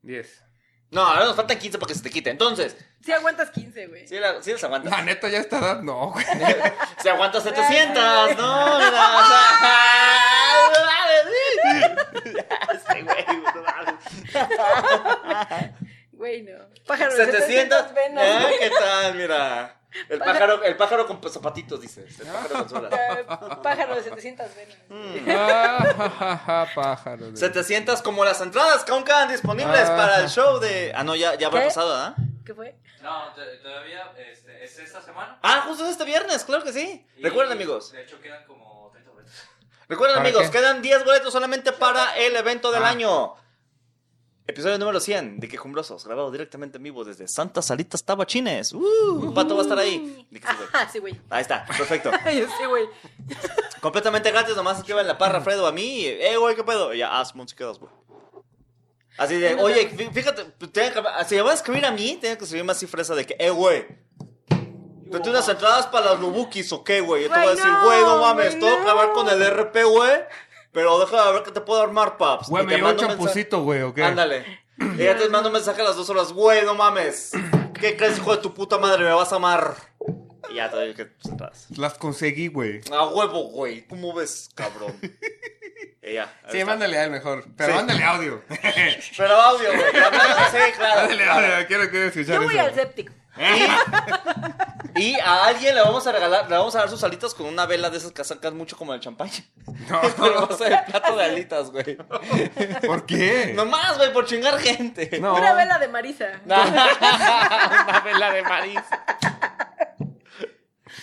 Diez. No, ahora nos faltan 15 para que se te quite. Entonces, Si aguantas 15, güey. sí, la, sí las aguantas. La neta, ya a esta edad, no, güey. Se aguanta 700, ¿no? Mira, o sea, Este güey, no mames. Güey, no. Pájaro, 700 venas. Ah, güey. ¿Qué tal? Mira. El pájaro, el pájaro con zapatitos, dice. El pájaro con Mm. suelas. Eh, Pájaro de 700 venas. Ah, ja, ja, ja, pájaro. güey. 700 como las entradas que aún quedan disponibles Ah. para el show de... Ah, no, ya, ya habrá ¿Qué? pasado, ¿ah? ¿Qué fue? No, t- todavía este, es esta semana. Ah, justo es este viernes, claro que sí. Y, Recuerden, amigos. De hecho, quedan como 30 boletos. Recuerden, ¿Para amigos, qué? quedan 10 boletos solamente para el evento del Ah. año. Episodio número 100 de Quejumbrosos, grabado directamente en vivo desde Santa Salitas Tabachines. Uh, Pato va a estar ahí. Di que sí, güey. Ajá, Ah, sí, güey. Ahí está, perfecto. Ay, sí, güey. Completamente gratis, nomás escriban la parra Fredo a mí. y, Eh, güey, ¿qué pedo? Y ya, ah, Simón, sí quedas, güey. Así de, oye, fí- fíjate, tiene que- si me vas a escribir a mí, tiene que escribir más así fresa de que, eh, güey. Vete unas entradas para las Lubukis o qué, güey. Yo te voy a Güey, decir, no, güey, no güey, mames, tengo que acabar no. con el RP, güey. Pero déjame ver qué te puedo armar, paps. Güey, Y me te llevó un mando un mensaje- champucito, güey, ¿o qué? Ándale. Y ya te mando un mensaje a las dos horas, güey, no mames. ¿Qué crees, hijo de tu puta madre? Me vas a amar. Y ya te doy que tus entradas. Las conseguí, güey. A huevo, güey. ¿Cómo ves, cabrón? Eh, Ella. Sí, mándale al mejor. Pero Sí. mándale audio. Pero obvio, güey. hablando- Sí, mándale claro. audio, quiero, quiero escuchar Yo voy eso. al séptico. Y a alguien le vamos a regalar, le vamos a dar sus alitas con una vela de esas que sacas mucho como el champaña. Pero va a ser el plato de alitas, güey. ¿Por qué? Nomás, güey, por chingar gente. No. Una vela de Marisa. una vela de maíz.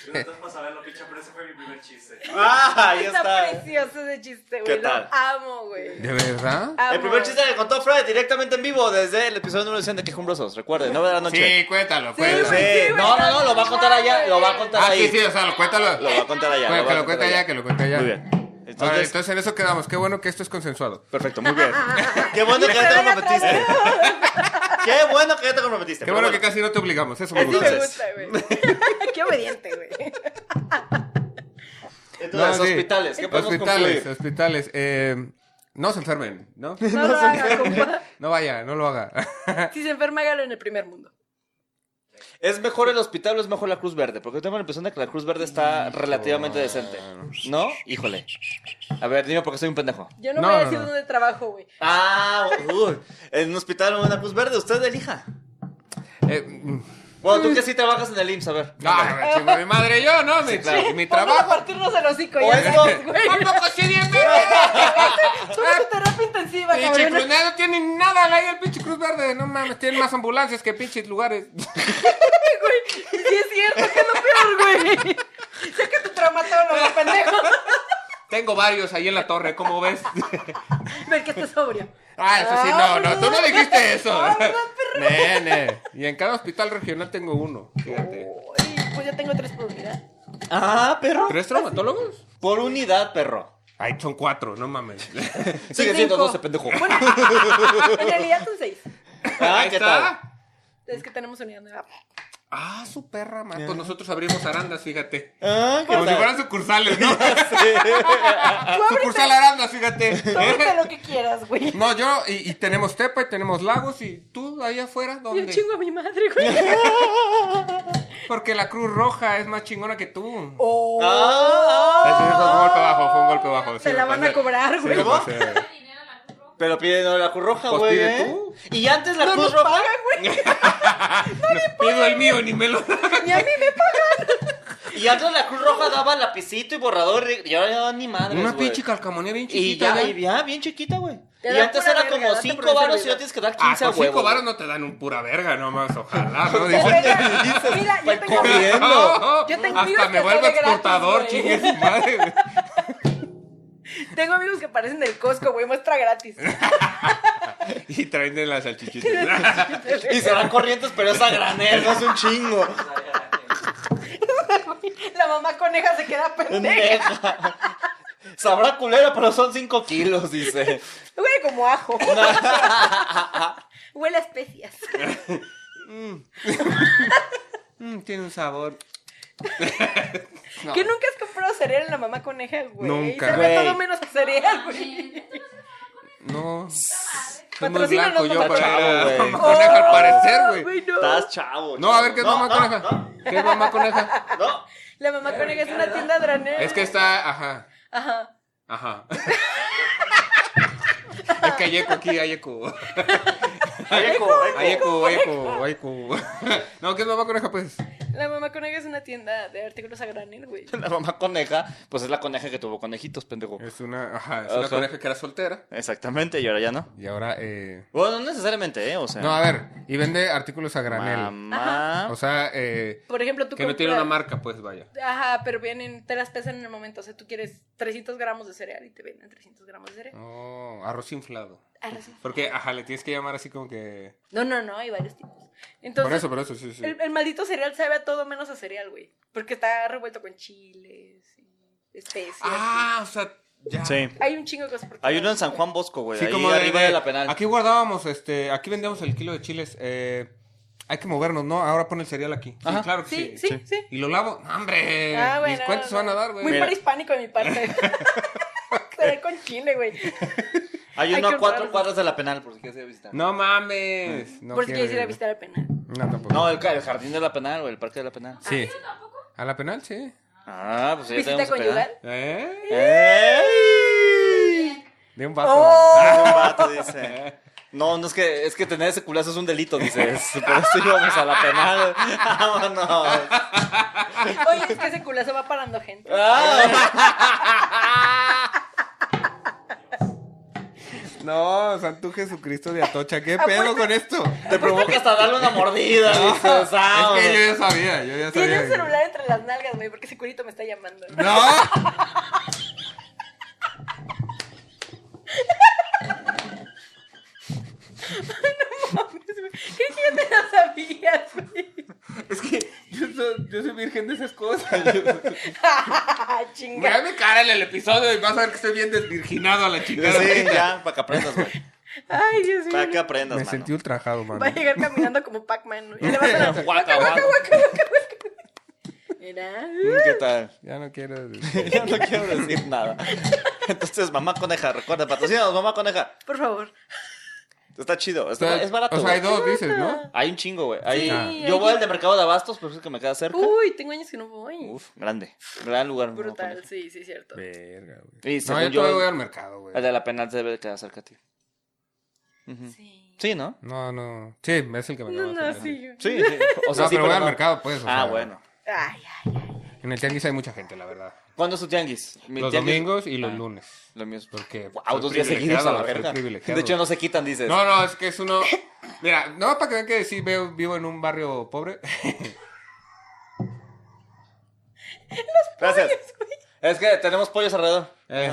Entonces, para saberlo, pinche, pero ese fue mi primer chiste. Ah, ahí está. precioso ese chiste, ¿Qué güey. Lo tal? amo, güey. ¿De verdad? Amo. El primer chiste que contó Fred directamente en vivo desde el episodio número 100 de Quejumbrosos. Recuerden, 9 de la noche. Sí, cuéntalo, Sí, cuéntalo. güey, No, no, no, lo va a contar allá, lo va a contar Ah, sí, ahí. sí, o sea, lo cuéntalo. Lo va a contar allá. Bueno, va que a lo contar cuente ya, que lo cuente ya. Muy bien. Entonces, Ahora, entonces en eso quedamos. Qué bueno que esto es consensuado. perfecto, muy bien. Qué bueno que ya te comprometiste. Qué bueno que ya te comprometiste. Qué pero bueno que casi no te obligamos. Eso me Así gusta. me Entonces. gusta, güey. Qué obediente, güey. Entonces, No, sí. hospitales, ¿qué podemos Hospitales, concluir? hospitales. eh, no se enfermen, ¿no? No lo haga, compa. No vaya, no lo haga. Si se enferma, hágalo en el primer mundo. ¿Es mejor el hospital o es mejor la Cruz Verde? Porque tengo la impresión de que la Cruz Verde está relativamente decente. ¿No? Híjole. A ver, dime porque soy un pendejo. Yo no, No, voy a no, decir no. dónde trabajo, güey. Ah, uy, en un hospital o en la Cruz Verde, usted elija. Eh, mm. Bueno, tú que sí trabajas en el IMSS, a ver. Ah, chingo a mi madre, yo, ¿no? Mi, claro. mi Vamos a trabajo. partirnos el hocico, O ya esto. sabes, güey. Tampoco soy bien verde. Somos su terapia intensiva, Pinche Cruz cabrón. Verde no tiene nada ahí el pinche Cruz Verde. No mames, tienen más ambulancias que pinches lugares. Sí, es cierto, que es lo peor, güey. Sé que tu traumatólogo, pendejo. Tengo varios ahí en la torre, ¿cómo ves? Ver que estás sobrio. Ah, eso sí, no, no, tú no dijiste eso. Ah, ¿verdad, Nene. Y en cada hospital regional tengo uno, fíjate. Uy, pues ya tengo tres por unidad. Ah, perro. ¿Tres traumatólogos? Por unidad, perro. Ay, son cuatro, no mames. Sigue siendo Cinco. 12, pendejo. Bueno, en realidad son seis. Ah, Ahí ¿qué está. tal? Es que tenemos unidad nueva. Ah, su perra, man. Pues nosotros abrimos arandas, fíjate. Ah, ¿qué Como si tal? fueran sucursales, ¿no? Tú ábrete, Ah, Sucursal arandas, fíjate. ¿Eh? tú ábrete lo que quieras, güey. No, yo, y, y tenemos tepa y tenemos lagos y tú ahí afuera, Yo ¿dónde? chingo a mi madre, güey. Porque la Cruz Roja es más chingona que tú. Oh. Ah, Ese fue un golpe bajo, fue un golpe bajo. Te sí, la me van a pasé. cobrar, Sí, güey. me ¿Cómo? pasé. dinero a la Cruz Roja. Pero pide no la Cruz Roja, Pues güey. pide ¿eh? tú. Y antes la No Cruz nos Roja. pagan, güey. Pido el mío, ni me lo Ni a mí me Y antes la Cruz Roja daba lapicito y borrador. Y ahora ya ni madre. Una pinche calcamonía bien Y chiquita. ya, güey. y ya, bien chiquita, güey. Te Y dan antes pura era verga, date como por 5 bien varos y servido. ahora tienes que dar Ah, 15 a con huevo. cinco varos no te dan un pura verga nomás, ojalá, ¿no? Dices, pagan. Mira, yo Voy tengo. corriendo. "No, Yo tengo amigos hasta me que vuelvo sale gratis, exportador, güey. chingue su madre. güey. Tengo amigos que parecen del Costco, güey, muestra gratis. Y traen de las salchichitas. Y serán corrientes, pero es a granel, no es un chingo. La mamá coneja se queda pendeja. Pendeja. Sabrá culera, pero son 5 kilos, dice. Huele como ajo. Huele a especias. Mm, tiene un sabor. Que nunca has comprado cereal en la mamá coneja, güey. Nunca. Sabe Güey. todo menos a cereal, güey. Ay, esto no es No. Soy muy Patrocínanos, Oh, blanco yo patrocínanos. para Chavo, güey. mamá coneja al parecer, güey. no. Estás chavo. No, a ver qué es no, mamá no, coneja. ¿Qué es mamá coneja? No, no. La mamá coneja es una tienda granel. Es que está, ajá, Ajá. ajá. Es que hay eco aquí, hay eco. Hay eco, hay eco. Hay eco, hay eco, hay eco. No, ¿qué es mamá coneja, pues? La mamá coneja es una tienda de artículos a granel, güey. La mamá coneja, pues es la coneja que tuvo conejitos, pendejo. Es una, ajá, es una Ajá. coneja que era soltera. Exactamente, y ahora ya no. Y ahora, eh... Bueno, no necesariamente, ¿eh? O sea, No, a ver, y vende artículos a granel. mamá. O sea, eh, Por ejemplo, tú que no tiene compras- una marca, pues vaya. Ajá, pero vienen, te las pesan en el momento. O sea, tú quieres 300 gramos de cereal y te venden 300 gramos de cereal. Oh, arroz inflado. Ah, no, sí. Porque, ajá, le tienes que llamar así como que... No, no, no, hay varios tipos. Por Entonces, eso, por eso, sí, sí. El, el maldito cereal sabe a todo menos a cereal, güey. Porque está revuelto con chiles y especias. Ah, o sea, ya. Sí. y- Hay un chingo de cosas. por Hay todo. uno en San Juan Bosco, güey. Sí, ahí como de, arriba de, de- la penal. Aquí guardábamos, este, aquí vendíamos el kilo de chiles. eh, hay que movernos, ¿no? Ahora pon el cereal aquí. Sí, Ajá. claro que sí. Sí, sí, sí. Y lo lavo. ¡No, ¡Hombre! Ah, Eh, ¿Mis bueno, cuentos se no, van a no. dar, güey? Muy Mira. prehispánico de mi parte. Cereal con chile, güey. Hay hay uno que a cuatro ahorrar. cuadras de la penal, por si quieres ir a visitar. No mames. No Por si quieres quiero ir a ir. visitar al penal. No, tampoco. No, el, ca- el jardín de la penal, güey, el parque de la penal. Sí. ¿Tú tampoco? ¿A la penal? Sí. Ah, pues ya ¿Visita tenemos penal. conyugal? ¿Eh? ¡Oh! ¡Ey! De un vato. Ah, un vato dice. No, no es que, es que tener ese culazo es un delito, dices. Por eso íbamos a la penal. Vámonos. Oye, es que ese culazo va parando gente. Ah, No, o sea, tú Jesucristo de Atocha. ¿Qué Ah, pedo pues, con esto? Te provoca hasta darle una mordida, dices. Ah, Es que yo ya sabía, yo ya sabía. Tiene un que- celular entre las nalgas, güey, porque ese curito me está llamando. ¡No! ¿Crees que yo te lo sabía, güey? Es que yo soy, yo soy virgen de esas cosas. Chinga. Mira mi cara en el episodio y vas a ver que estoy bien desvirginado a la chingada. Sí, ya, para que aprendas, güey. Ay, Dios mío. Para que aprendas, Me mano. sentí ultrajado, mano. Va a llegar caminando como Pac-Man. ¿no? Y le va a hacer la- Guaca, guaca. Mira. ¿Qué tal? Ya no quiero. Ya no quiero decir nada. Entonces, mamá coneja, recuerda, patrocínanos, mamá coneja. Por favor. Está chido, O sea, está, es barato. O sea, hay güey. dos, dices, ¿no? Hay un chingo, güey. Hay- Sí, Ah. yo hay voy un- al de mercado de abastos, pero es el que me queda cerca. Ah. Uy, tengo años que no voy. Uf, grande. Gran lugar. mamá Brutal, coneja. sí, sí, cierto. Verga, güey. Y No, según yo yo, todavía voy al mercado, güey. el de la penal se debe de quedar cerca a ti. Ujú. Sí. Sí, ¿no? No, no. Sí, es el que me No, acabas de no, decir. sí. Sí, sí. O sea, no, sí, pero voy al no. mercado, pues. o Ah, sea, bueno. Ay, ay. En el tianguis hay mucha gente, la verdad. ¿Cuándo es tu tianguis? Mi Los tianguis- domingos y los Ah, lunes. Lo mío es Porque. Wow, soy dos días seguidos a la privilegiado, soy verga. privilegiado. De hecho, no se quitan, dices. No, no, es que es uno. Mira, no, para que vean que sí veo- vivo en un barrio pobre. Gracias. Es que tenemos pollos alrededor. Eh,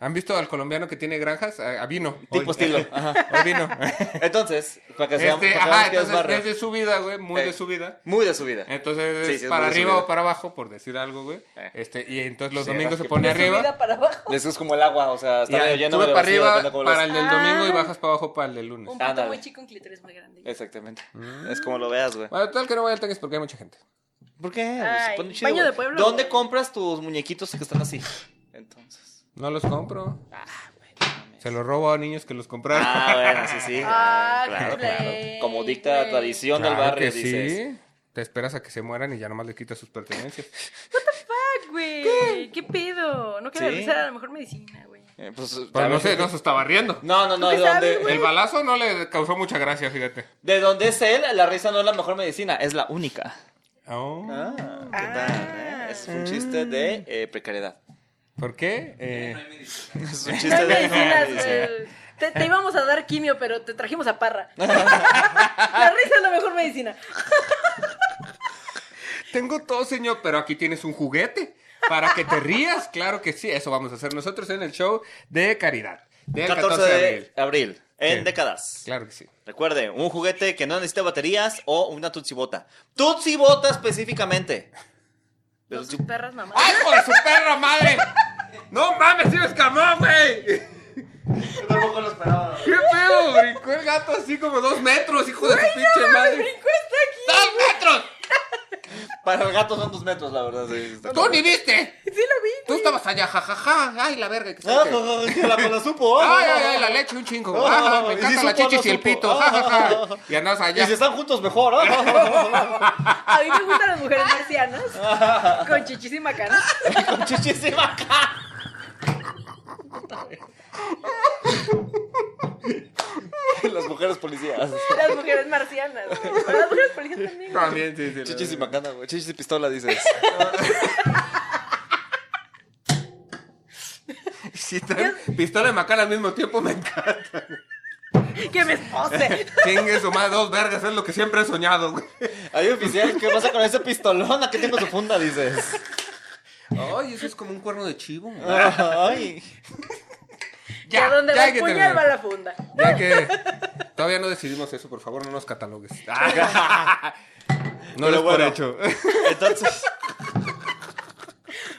¿Han visto al colombiano que tiene granjas? Ah, A, a vino. Hoy- Tipo estilo. Ajá. Hoy vino. Entonces, para que sea Este, para que ajá, veamos que es entonces barrio. es de subida, güey, muy Eh. de subida. Muy de subida. Entonces Sí, es sí, es para muy de arriba subida. o para abajo, por decir algo, güey. Eh. Este, y entonces los Sí, domingos es se que- pone De arriba. subida para abajo. Eso es como el agua, o sea, Y está medio lleno sube de para vacío, depende arriba, cómo lo Ah. para veas. el del domingo y bajas para abajo para el del lunes. Un punto Ándale. muy chico, un clítoris muy grande. Eh, Exactamente. Mm. Es como lo veas, güey. Bueno, tal que no vaya al tianguis porque hay mucha gente. ¿Por qué? Se Ay, pone chido, baño de güey. pueblo, ¿Dónde güey. compras tus muñequitos que están así? Entonces. No los compro. Se los robo a niños que los compraron. Ah, bueno, sí, sí. Ah, claro, qué claro. play, Como dicta la güey. tradición del Claro barrio, que dices. sí. Te esperas a que se mueran y ya nomás le quitas sus pertenencias. Ah, güey. ¿Qué? pedo? No quiero Sí. realizar a la mejor medicina, güey. Eh, pues, Pero no ¿sabes? sé, no se estaba riendo. No, no, no, ¿Tú de qué sabes, donde, El balazo no le causó mucha gracia, fíjate. de donde es él, la risa no es la mejor medicina, es la única. Oh, Ah, ¿qué Ah. tal? eh? Es un chiste de eh, precariedad. ¿Por qué? Eh, No hay medicina. Es un No chiste hay de medicinas, eh. medicina. güey. Te, te íbamos a dar quimio, pero te trajimos a parra. La risa es la mejor medicina. tengo todo, señor, pero aquí tienes un juguete para que te rías. Claro que sí, eso vamos a hacer nosotros en el show de caridad. Del 14 de abril, en Sí. décadas. Claro que sí. Recuerde, un juguete que no necesita baterías o una tutsibota. Tutsibota específicamente. Pero Los sí- sus perras mamá. ¡Ay, por su perra madre! ¡No mames, sí me escamó, güey! ¿Qué pedo? Brincó el gato así como dos metros, hijo de su pinche madre. Cuesta aquí. ¡Dos metros! Para el gato son dos metros, la verdad. sí, está ¡Tú cabrón. ni viste! Sí lo vi. Tú estabas allá, jajaja. ¡Ay, la verga! que Ah, sabe qué. no, no, que la me la supo. ah, Ay, no, ay, no, ay, no. la leche un chingo. No, Ajá, no, me y encanta si la supo, no chichis y el supo. pito. Ja, ja, ja. Ah. Y andas Y allá. si están juntos, mejor. ah. A mí me gustan las mujeres marcianas. Con chichis y macanas. Con chichis y vaca. Las mujeres policías. Las mujeres marcianas. güey. Las mujeres policías también. güey. también, sí, sí. la Chichis y verdad. macana, güey. Chichis y pistola, dices. Si traen pistola y macana al mismo tiempo, me encanta. Que me espose. Chingue su madre, dos vergas, es lo que siempre he soñado, güey. Hay oficial, ¿qué pasa con ese pistolón? ¿A qué tengo su funda? Dices. Ay, eso es como un cuerno de chivo. Ah. güey. Ay. ¿Y a dónde va hay el que puñal terminar. va la funda? Ya que todavía no decidimos eso, por favor, no nos catalogues. Ah. no Pero lo bueno. he hecho. Entonces,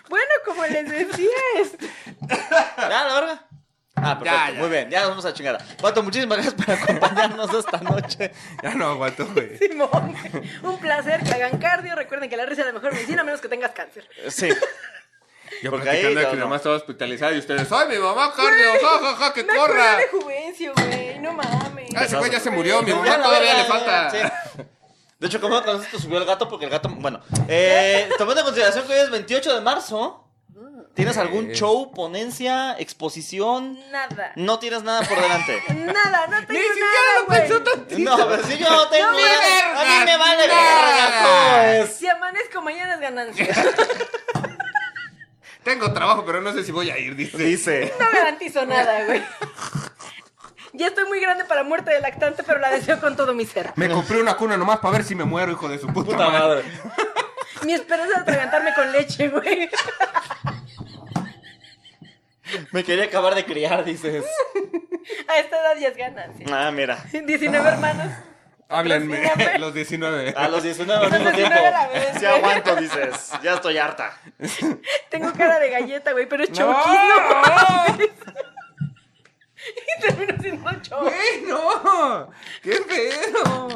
Bueno, como les decía, este, ya, la verga. Ah, perfecto. Ya, ya. Muy bien, ya nos vamos a chingar. Pato, muchísimas gracias por acompañarnos esta noche. Ya no aguanto, güey. Simón, un placer que hagan cardio. Recuerden que la risa es la mejor medicina, a menos que tengas cáncer. Sí. Yo Porque platicando ahí, aquí, no, nomás estaba hospitalizado y ustedes, ¡ay, mi mamá cardio! ¡Ja, ja, ja, que Me acordé corra! de Juvencio, güey. No mames. Ah, ese güey ya se murió, mi Sí, mamá la todavía verga, le falta. sí. De hecho, ¿cómo te subió el gato? Porque el gato. Bueno, eh, tomando en consideración que hoy es 28 de marzo, ¿tienes algún Eh. show, ponencia, exposición? Nada. No tienes nada por delante. Nada, no tengo Ni siquiera nada, lo güey. pensó tanto. No, pero si yo no tengo No me nada. A mí me vergas, vale verga. nada. ¿cómo es? Si amanezco, mañana es ganancia. Tengo trabajo, pero no sé si voy a ir, dice. Dice. No garantizo nada, güey. Ya estoy muy grande para muerte de lactante, pero la deseo con todo mi ser. Me compré una cuna nomás para ver si me muero, hijo de su puta, Puta madre. madre. Mi esperanza es atragantarme con leche, güey. Me quería acabar de criar, dices. A esta edad ya es ganancia. Ah, mira. 19 hermanos. Háblenme, Patrocíname. los 19. A los 19 al mismo Los 19 tiempo. a la vez, Si güey. aguanto, dices. Ya estoy harta. Tengo cara de galleta, güey, pero es ¡No! Chokis, no mames. Y termino siendo Chokis. ¡Güey, no! ¡Qué feo!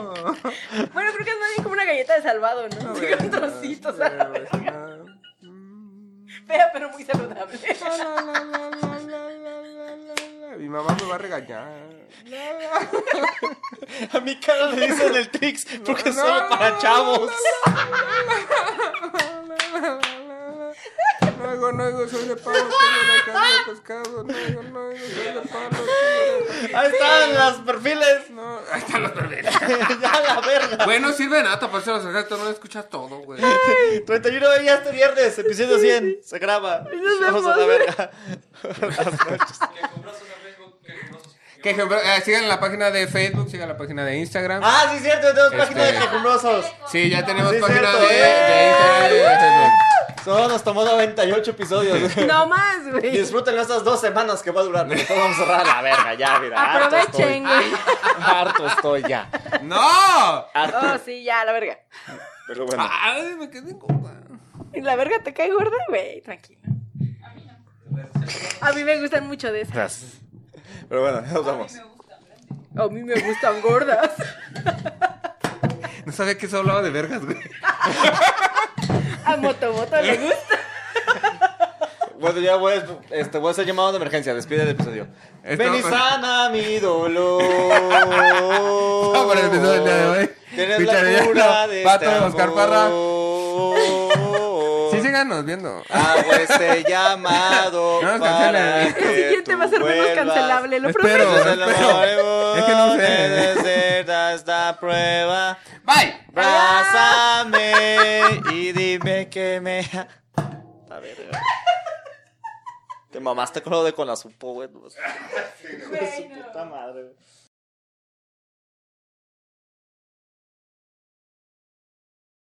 Bueno, creo que es más bien como una galleta de salvado, ¿no? Así con trocitos a la vez. Fea, pero muy saludable. Mi mamá me va a regañar. A mi cara le dicen el Trix porque es No, solo no, para no, chavos. No oigo, no oigo, soy de palo, soy de carne de pescado. No oigo, no oigo, soy de palo. soy de- Ahí están las perfiles. No, ahí están los bebés. ya la verga. Güey, no sirve de nada taparse los ojos, no escuchas todo, güey. 31 de ya este viernes, episodio 100. Se graba. Nos Vamos a la vemos. verga. Buenas noches. Que compras una Facebook, que compras Que ejemplo, eh, sigan la página de Facebook, sigan la página de Instagram. Ah, sí, es cierto, tenemos página de Este- quejumbrosos. Sí, ya tenemos Sí, página cierto. de, de Instagram y de Facebook. Solo nos tomó 98 episodios. No más, güey. Disfruten estas dos semanas que va a durar. Después vamos a cerrar la verga, ya, mira. harto estoy. Aprovechen, güey. Harto estoy ya. ¡No! Oh, sí, ya, la verga. Pero bueno. Ay, me quedé con... La verga te cae gorda, güey, tranquilo. A mí me gustan mucho de esas. Gracias. Pero bueno, nos vamos. A mí me gustan gordas. No sabía que eso hablaba de vergas, güey. A Motomoto le gusta. Bueno, ya voy a, este, voy a hacer llamado de emergencia. Despide el episodio. Esto- Ven y sana mi dolor. Vamos para el episodio del día de hoy. Tienes Picha de la llano, cura de Pato, este Oscar amor. Parra. Sí, síganos viendo. Hago este llamado. No nos para cancelen. El que siguiente tú va a ser menos vuelvas. cancelable, lo Espero. prometo. Es el Espero. amor, Es que no sé. debes ser esta prueba. Bye. Abrázame y dime que me. A ver, a ver. Te mamaste con lo de con la supo, güey. No, es- Güey, no. Puta madre, güey.